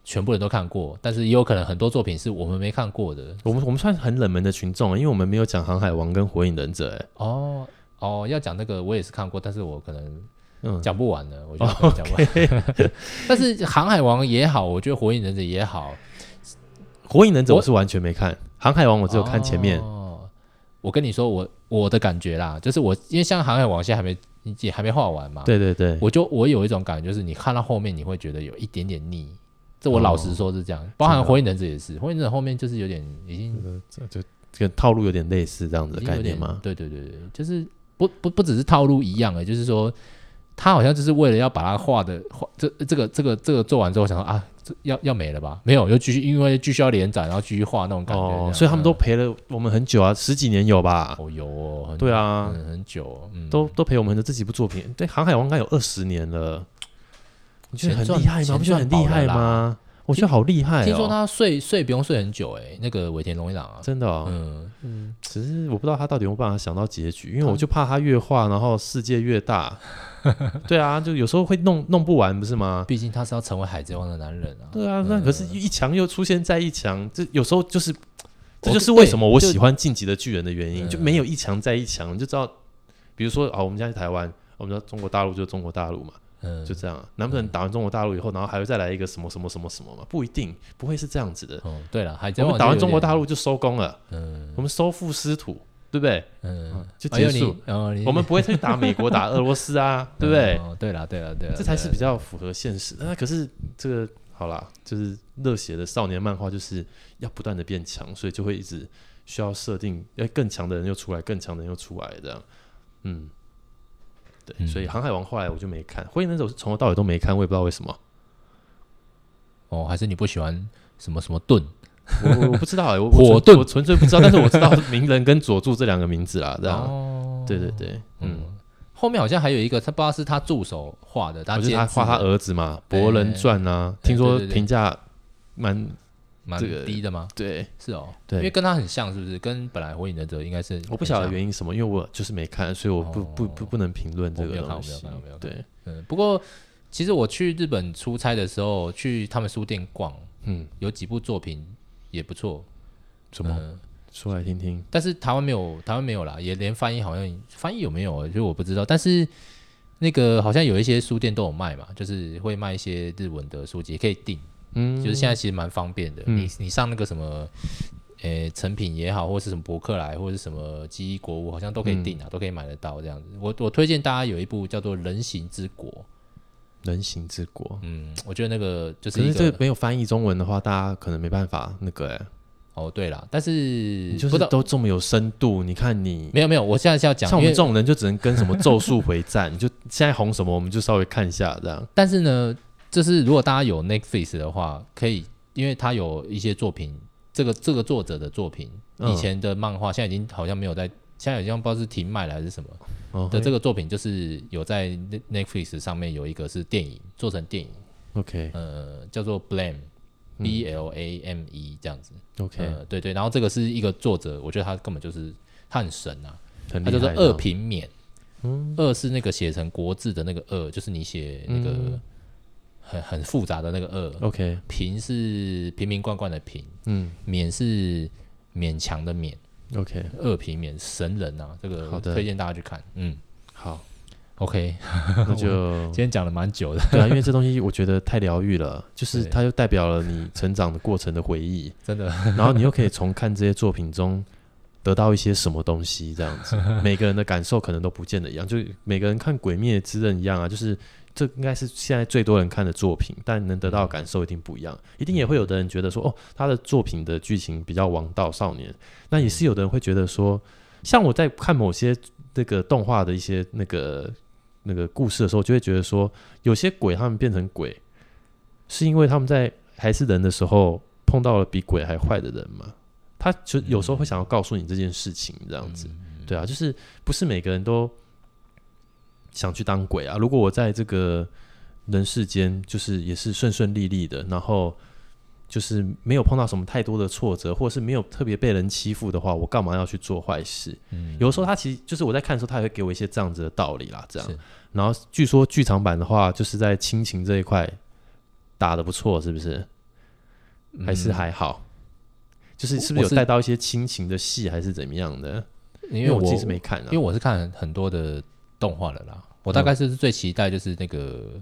Speaker 2: 全部人都看过，但是也有可能很多作品是我们没看过的。
Speaker 1: 我们我们算很冷门的群众，因为我们没有讲《航海王》跟《火影忍者》哎，
Speaker 2: 哦哦，要讲那个我也是看过，但是我可能
Speaker 1: 嗯，
Speaker 2: 讲不完了，我觉得可能讲 不完。但是《航海王》也好，我觉得《火影忍者》也好，
Speaker 1: 《火影忍者》
Speaker 2: 我
Speaker 1: 我是完全没看，《航海王》我只有看前面。
Speaker 2: 哦、我跟你说，我我的感觉啦，就是我因为像《航海王》现在还没也还没画完嘛，
Speaker 1: 对对对，
Speaker 2: 我就我有一种感觉，就是你看到后面你会觉得有一点点腻。这我老实说是这样，包含
Speaker 1: 哦真的
Speaker 2: 《
Speaker 1: 啊
Speaker 2: 火影忍者》也是，《火影忍者》后面就是有点已经
Speaker 1: 这就这个套路有点类似这样子的
Speaker 2: 已经
Speaker 1: 概
Speaker 2: 有
Speaker 1: 念
Speaker 2: 点
Speaker 1: 吗？
Speaker 2: 对对对对，就是不不不只是套路一样了，就是说他好像就是为了要把它画的画这这个这个这个做完之后，想说啊，这要要没了吧？没有，又继续因为继续要连载，然后继续画那种感觉这样。
Speaker 1: 哦，所以他们都
Speaker 2: 嗯
Speaker 1: 陪了我们很久啊，十几年有吧？
Speaker 2: 哦有哦，很
Speaker 1: 对啊，
Speaker 2: 嗯很久哦，嗯，
Speaker 1: 都都陪我们的这几部作品，对《航海王》应该有二十年了，你觉得很
Speaker 2: 钱赚
Speaker 1: 厉害吗？
Speaker 2: 钱
Speaker 1: 不觉得很
Speaker 2: 赚
Speaker 1: 厉
Speaker 2: 饱了
Speaker 1: 害
Speaker 2: 啦
Speaker 1: 吗？我觉得好厉害哦！
Speaker 2: 听说他睡睡不用睡很久哎，那个尾田荣一郎啊，
Speaker 1: 真的、哦，
Speaker 2: 嗯，
Speaker 1: 只是我不知道他到底有没有办法想到结局，因为我就怕他越画，然后世界越大。 对啊，就有时候会弄弄不完，不是吗？
Speaker 2: 毕竟他是要成为海贼王的男人啊。
Speaker 1: 对啊，那可是一强又出现在一强，这有时候就是，这
Speaker 2: 我
Speaker 1: 就是为
Speaker 2: 对
Speaker 1: 什么我
Speaker 2: 就
Speaker 1: 喜欢《晋级的巨人》的原因，
Speaker 2: 嗯
Speaker 1: 就没有一强在一强，你就知道，比如说啊，我们家在台湾，我们知道中国大陆就是中国大陆嘛，
Speaker 2: 嗯，
Speaker 1: 就这样啊，难不成打完中国大陆以后，然后还会再来一个什么什么什么什么吗？不一定，不会是这样子的。
Speaker 2: 哦，对了，海贼
Speaker 1: 我
Speaker 2: 王
Speaker 1: 们打完
Speaker 2: 就有
Speaker 1: 中国
Speaker 2: 点
Speaker 1: 大，陆就收工了，
Speaker 2: 嗯
Speaker 1: 我们收复师徒，对不对？
Speaker 2: 嗯，
Speaker 1: 啊就
Speaker 2: 哎呦
Speaker 1: 结束。
Speaker 2: 你哦，你
Speaker 1: 我们不会去打美国、打俄罗斯 啊，对不对？
Speaker 2: 哦，对了，对了，对了，
Speaker 1: 这才是比
Speaker 2: 较
Speaker 1: 较符合现
Speaker 2: 嗯
Speaker 1: 实。那可是这个好啦，就是热血的少年漫画就是要不断的变强，所以就会一直需要设定，哎，更强的人又出来，更强的人又出来，这样，嗯。对，
Speaker 2: 嗯
Speaker 1: 所以《航海王》后来我就没看，《火影忍者》我是从头到尾都没看，我也不知道为什 么，
Speaker 2: 哦，还是你不喜欢什么什么盾
Speaker 1: 我我我不知道哎、我
Speaker 2: 火
Speaker 1: 我纯
Speaker 2: 遁
Speaker 1: 我纯粹不知道，但是我知道鸣人跟佐助这两个名字啦，这样，
Speaker 2: 哦，
Speaker 1: 对对对，嗯，
Speaker 2: 嗯，后面好像还有一个，他不知道是他助手画的，
Speaker 1: 哦
Speaker 2: 他
Speaker 1: 就是他
Speaker 2: 监制
Speaker 1: 画他
Speaker 2: 的
Speaker 1: 儿子嘛，《博人传》啊，
Speaker 2: 啊哎
Speaker 1: 听说
Speaker 2: 对对对
Speaker 1: 评价蛮
Speaker 2: 蛮
Speaker 1: 这个
Speaker 2: 低的吗？
Speaker 1: 对，
Speaker 2: 是哦，
Speaker 1: 对
Speaker 2: 因为跟他很像，是不是？跟本来火影忍者应该是
Speaker 1: 我不晓得
Speaker 2: 因。
Speaker 1: 原因什么，因为我就是没看，所以我不、
Speaker 2: 哦
Speaker 1: 不不不能评论这
Speaker 2: 我没
Speaker 1: 个
Speaker 2: 有看
Speaker 1: 东西
Speaker 2: 我没有看我没有。看
Speaker 1: 对，
Speaker 2: 嗯，不过其实我去日本出差的时候，去他们书店逛，
Speaker 1: 嗯，
Speaker 2: 有几部作品也不错，
Speaker 1: 什么、
Speaker 2: 嗯
Speaker 1: 说来听听？
Speaker 2: 但是台湾没有，台湾没有啦，也连翻译好像翻译有没有，就我不知道。但是那个好像有一些书店都有卖嘛，就是会卖一些日文的书籍，也可以订。
Speaker 1: 嗯，
Speaker 2: 就是现在其实蛮方便的，
Speaker 1: 嗯
Speaker 2: 你你上那个什么，呃，成品也好，或是什么博客来，或者是什么记忆国物，好像都可以
Speaker 1: 嗯
Speaker 2: 订啊，都可以买得到这样子。我我推荐大家有一部叫做《人形之国》，
Speaker 1: 人形之国，
Speaker 2: 嗯，我觉得那个就是
Speaker 1: 可
Speaker 2: 一
Speaker 1: 是这个
Speaker 2: 个
Speaker 1: 没有翻译中文的话，大家可能没办法那个哎、
Speaker 2: 哦，对啦，但是
Speaker 1: 你就
Speaker 2: 不
Speaker 1: 是
Speaker 2: 知道
Speaker 1: 都这么有深度，你看你。
Speaker 2: 没有没有，我现在是要讲，
Speaker 1: 像我
Speaker 2: 因
Speaker 1: 们
Speaker 2: 为
Speaker 1: 这种人就只能跟什么咒术回战，就现在红什么我们就稍微看一下这样。
Speaker 2: 但是呢，就是如果大家有 Netflix 的话，可以，因为他有一些作品，这个这个作者的作品，
Speaker 1: 嗯
Speaker 2: 以前的漫画现在已经好像没有在，现在好像不知道是停卖了还是什么
Speaker 1: 哦
Speaker 2: 的这
Speaker 1: 个
Speaker 2: 个作品，就是有在 Net- Netflix 上面有一个是电影做成电影，
Speaker 1: OK
Speaker 2: 呃，叫做 Blame。B L A M E 这样子，
Speaker 1: 嗯 OK，、
Speaker 2: 呃，对对，然后这个是一个作者，我觉得他根本就是他很神啊，
Speaker 1: 很
Speaker 2: 它
Speaker 1: 厉
Speaker 2: 叫
Speaker 1: 害哦这
Speaker 2: 做二
Speaker 1: 样。嗯
Speaker 2: 平免，二是那个写成国字的那个二，就是你写那个
Speaker 1: 嗯
Speaker 2: 很很复杂的那个二，
Speaker 1: OK，
Speaker 2: 平是瓶瓶罐罐的瓶，
Speaker 1: 嗯
Speaker 2: 免是勉强的勉，
Speaker 1: OK，
Speaker 2: 二平免神人啊，这个
Speaker 1: 好的
Speaker 2: 推荐大家去看。嗯
Speaker 1: 好，
Speaker 2: ，OK，
Speaker 1: 那就
Speaker 2: 今天讲的蛮久的，
Speaker 1: 对啊，因为这东西我觉得太疗愈了，就是
Speaker 2: 对
Speaker 1: 它又代表了你成长的过程的回忆，
Speaker 2: 真的，
Speaker 1: 然后你又可以从看这些作品中得到一些什么东西，这样子。每个人的感受可能都不见得一样，就是每个人看《鬼灭之刃》一样啊，就是这应该是现在最多人看的作品，但能得到的感受一定不一样。一定也会有的人觉得说，哦，他的作品的剧情比较王道少年。那也是有的人会觉得说，像我在看某些那个动画的一些那个那个故事的时候，就会觉得说，有些鬼他们变成鬼，是因为他们在还是人的时候碰到了比鬼还坏的人嘛？他就有时候会想要告诉你这件事情，这样子，对啊，就是不是每个人都想去当鬼啊。如果我在这个人世间，就是也是顺顺利利的，然后就是没有碰到什么太多的挫折，或者是没有特别被人欺负的话，我干嘛要去做坏事？有的时候他其实就是我在看的时候，他也会给我一些这样子的道理啦，这样
Speaker 2: 是。
Speaker 1: 然后据说剧场版的话，就是在亲情这一块打的不错，是不是？嗯还是还好？就是是不是
Speaker 2: 嗯我
Speaker 1: 有
Speaker 2: 是
Speaker 1: 带到一些亲情的戏，还是怎么样的？
Speaker 2: 嗯因
Speaker 1: 因
Speaker 2: 为
Speaker 1: 我
Speaker 2: 我
Speaker 1: 自己是没看啊
Speaker 2: 因为。我是看很多的动画了啦，我大概是最期待就是那个，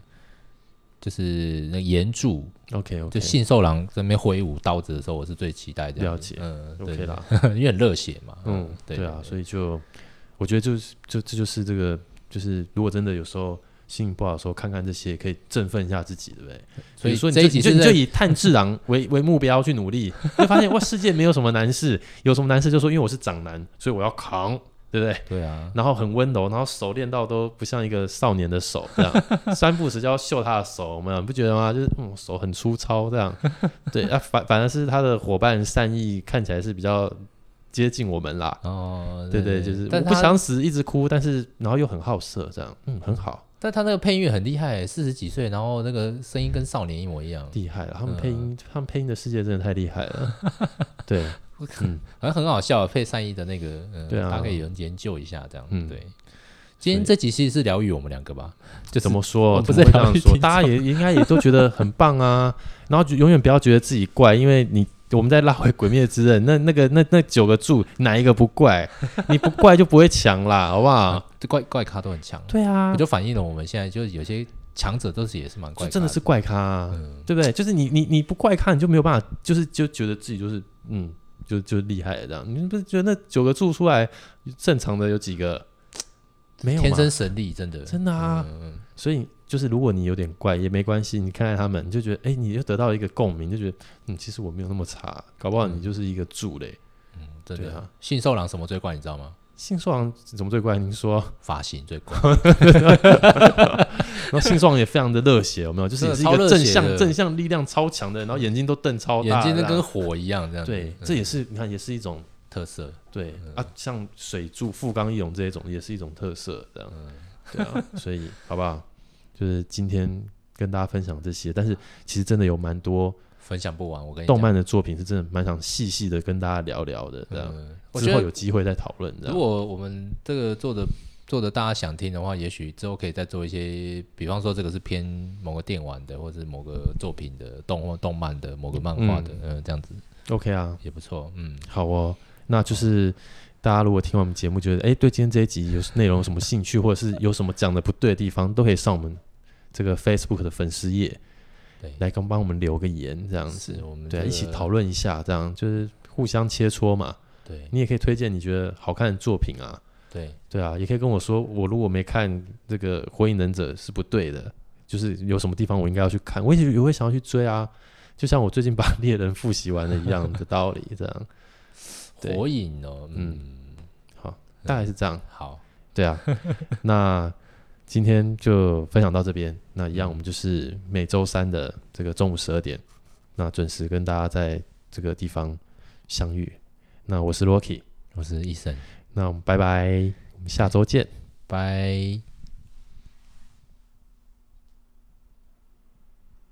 Speaker 2: 就是那个岩柱，
Speaker 1: OK
Speaker 2: 就
Speaker 1: OK，
Speaker 2: 信受狼在那边挥舞刀子的时候，我是最期待的。
Speaker 1: 了解
Speaker 2: 嗯，对
Speaker 1: OK 啦，
Speaker 2: 因为很热血嘛。
Speaker 1: 嗯，
Speaker 2: 对
Speaker 1: 对啊，所以就我觉得就是就这就是这个就是如果真的有时候。心情不好的时候，看看这些也可以振奋一下自己，对不对？
Speaker 2: 所
Speaker 1: 比
Speaker 2: 以
Speaker 1: 如说你
Speaker 2: 这
Speaker 1: 就
Speaker 2: 一集
Speaker 1: 你就是你就
Speaker 2: 在
Speaker 1: 以炭治郎为 为目标去努力，就发现哇，世界没有什么难事，有什么难事就说因为我是长男，所以我要扛，对不对？
Speaker 2: 对啊，
Speaker 1: 然后很温柔，然后手练到都不像一个少年的手这样，三不时就要秀他的手，我们不觉得吗？就是嗯，手很粗糙这样。对啊，反反而是他的伙伴善意看起来是比较接近我们啦。
Speaker 2: 哦，
Speaker 1: 对对，就是我
Speaker 2: 但
Speaker 1: 不
Speaker 2: 他
Speaker 1: 想死，一直哭，但是然后又很好色，这样，嗯，很好，
Speaker 2: 但他那个配音员很厉害，四十几岁，然后那个声音跟少年一模一样，
Speaker 1: 厉害了。他
Speaker 2: 嗯
Speaker 1: 们配音，他们配音的世界真的太厉害 了。对，
Speaker 2: 好像很好笑。配善意的那个，嗯，
Speaker 1: 对啊
Speaker 2: 大概有人研究一下这样。
Speaker 1: 嗯
Speaker 2: 对。今天
Speaker 1: 所
Speaker 2: 这集其实是疗愈我们两个吧，就是
Speaker 1: 怎么说？
Speaker 2: 我不
Speaker 1: 怎么会
Speaker 2: 是
Speaker 1: 这
Speaker 2: 疗
Speaker 1: 样
Speaker 2: 愈
Speaker 1: 说？
Speaker 2: 听
Speaker 1: 大家也应该也都觉得很棒啊。然后就永远不要觉得自己怪，因为你我们再拉回《鬼灭之刃》，那那个那那九个柱哪一个不怪？你不怪就不会强啦，好不好？
Speaker 2: 啊，这怪怪咖都很强，
Speaker 1: 对啊
Speaker 2: 我，就反映了我们现在就是有些强者都是也是蛮怪
Speaker 1: 就
Speaker 2: 咖，嗯
Speaker 1: 真的是怪咖、啊，对不对？就是你你你不怪咖，你就没有办法，就是就觉得自己就是嗯，就就厉害了这样。你不是觉得那九个柱出来正常的有几个？没有嘛
Speaker 2: 天生神力，真的嗯
Speaker 1: 真的啊，所以就是如果你有点怪也没关系，你看看他们，你就觉得哎、诶你就得到一个共鸣，就觉得嗯，其实我没有那么差，搞不好
Speaker 2: 嗯
Speaker 1: 你就是一个柱嘞。
Speaker 2: 真
Speaker 1: 对
Speaker 2: 的
Speaker 1: 啊。
Speaker 2: 信受狼什么最怪，你知道吗？
Speaker 1: 性双王怎么最怪？您说，
Speaker 2: 发型最怪，
Speaker 1: 然后性双王也非常的热血，有没有？就是也是一
Speaker 2: 真的
Speaker 1: 个
Speaker 2: 超热
Speaker 1: 正
Speaker 2: 血
Speaker 1: 向
Speaker 2: 的
Speaker 1: 正向力量超强的人，然后眼睛都瞪超大
Speaker 2: 眼
Speaker 1: 啦，
Speaker 2: 睛都跟火一样，嗯这样
Speaker 1: 对，这也是你看，也是一种
Speaker 2: 特色。
Speaker 1: 对
Speaker 2: 嗯
Speaker 1: 啊，像水柱、富冈义勇这一种，也是一种特色，这样，
Speaker 2: 嗯
Speaker 1: 对啊， 所以好不好？就是今天跟大家分享这些，但是其实真的有蛮多
Speaker 2: 分享不完，我跟你讲
Speaker 1: 动，漫的作品是真的蛮想细细的跟大家聊聊的，这样、
Speaker 2: 嗯，我
Speaker 1: 之
Speaker 2: 觉
Speaker 1: 后
Speaker 2: 得
Speaker 1: 有啊机会再讨论。这
Speaker 2: 如
Speaker 1: 样
Speaker 2: 果我们这个做的做的大家想听的话，也许之后可以再做一些，比方说这个是偏某个电玩的，或者是某个作品的动动漫的某个漫画的，嗯，这样子
Speaker 1: OK 啊，
Speaker 2: 也不错，嗯，
Speaker 1: 好哦，那就是大家如果听完我们节目觉得哎、诶对今天这一集有内容有什么兴趣，或者是有什么讲的不对的地方，都可以上我们这个 Facebook 的粉丝页
Speaker 2: 对，
Speaker 1: 来跟帮我们留个言，这样
Speaker 2: 是
Speaker 1: 子，
Speaker 2: 我们
Speaker 1: 对啊、
Speaker 2: 这
Speaker 1: 一起
Speaker 2: 个
Speaker 1: 讨论一下，这样就是互相切磋嘛。
Speaker 2: 对
Speaker 1: 你也可以推荐你觉得好看的作品啊，
Speaker 2: 对，
Speaker 1: 对啊，也可以跟我说，我如果没看这个《火影忍者》是不对的，就是有什么地方我应该要去看，我也许也会想要去追啊，就像我最近把《猎人》复习完了一样的道理，这 样对
Speaker 2: 火影哦，嗯，
Speaker 1: 大概是这样，
Speaker 2: 好，
Speaker 1: 对啊。那今天就分享到这边，那一样我们就是每周三的这个中午十二点，那准时跟大家在这个地方相遇。那我是 Rocky，
Speaker 2: 我是医生，
Speaker 1: 那我们拜拜，我们下周见。
Speaker 2: 拜。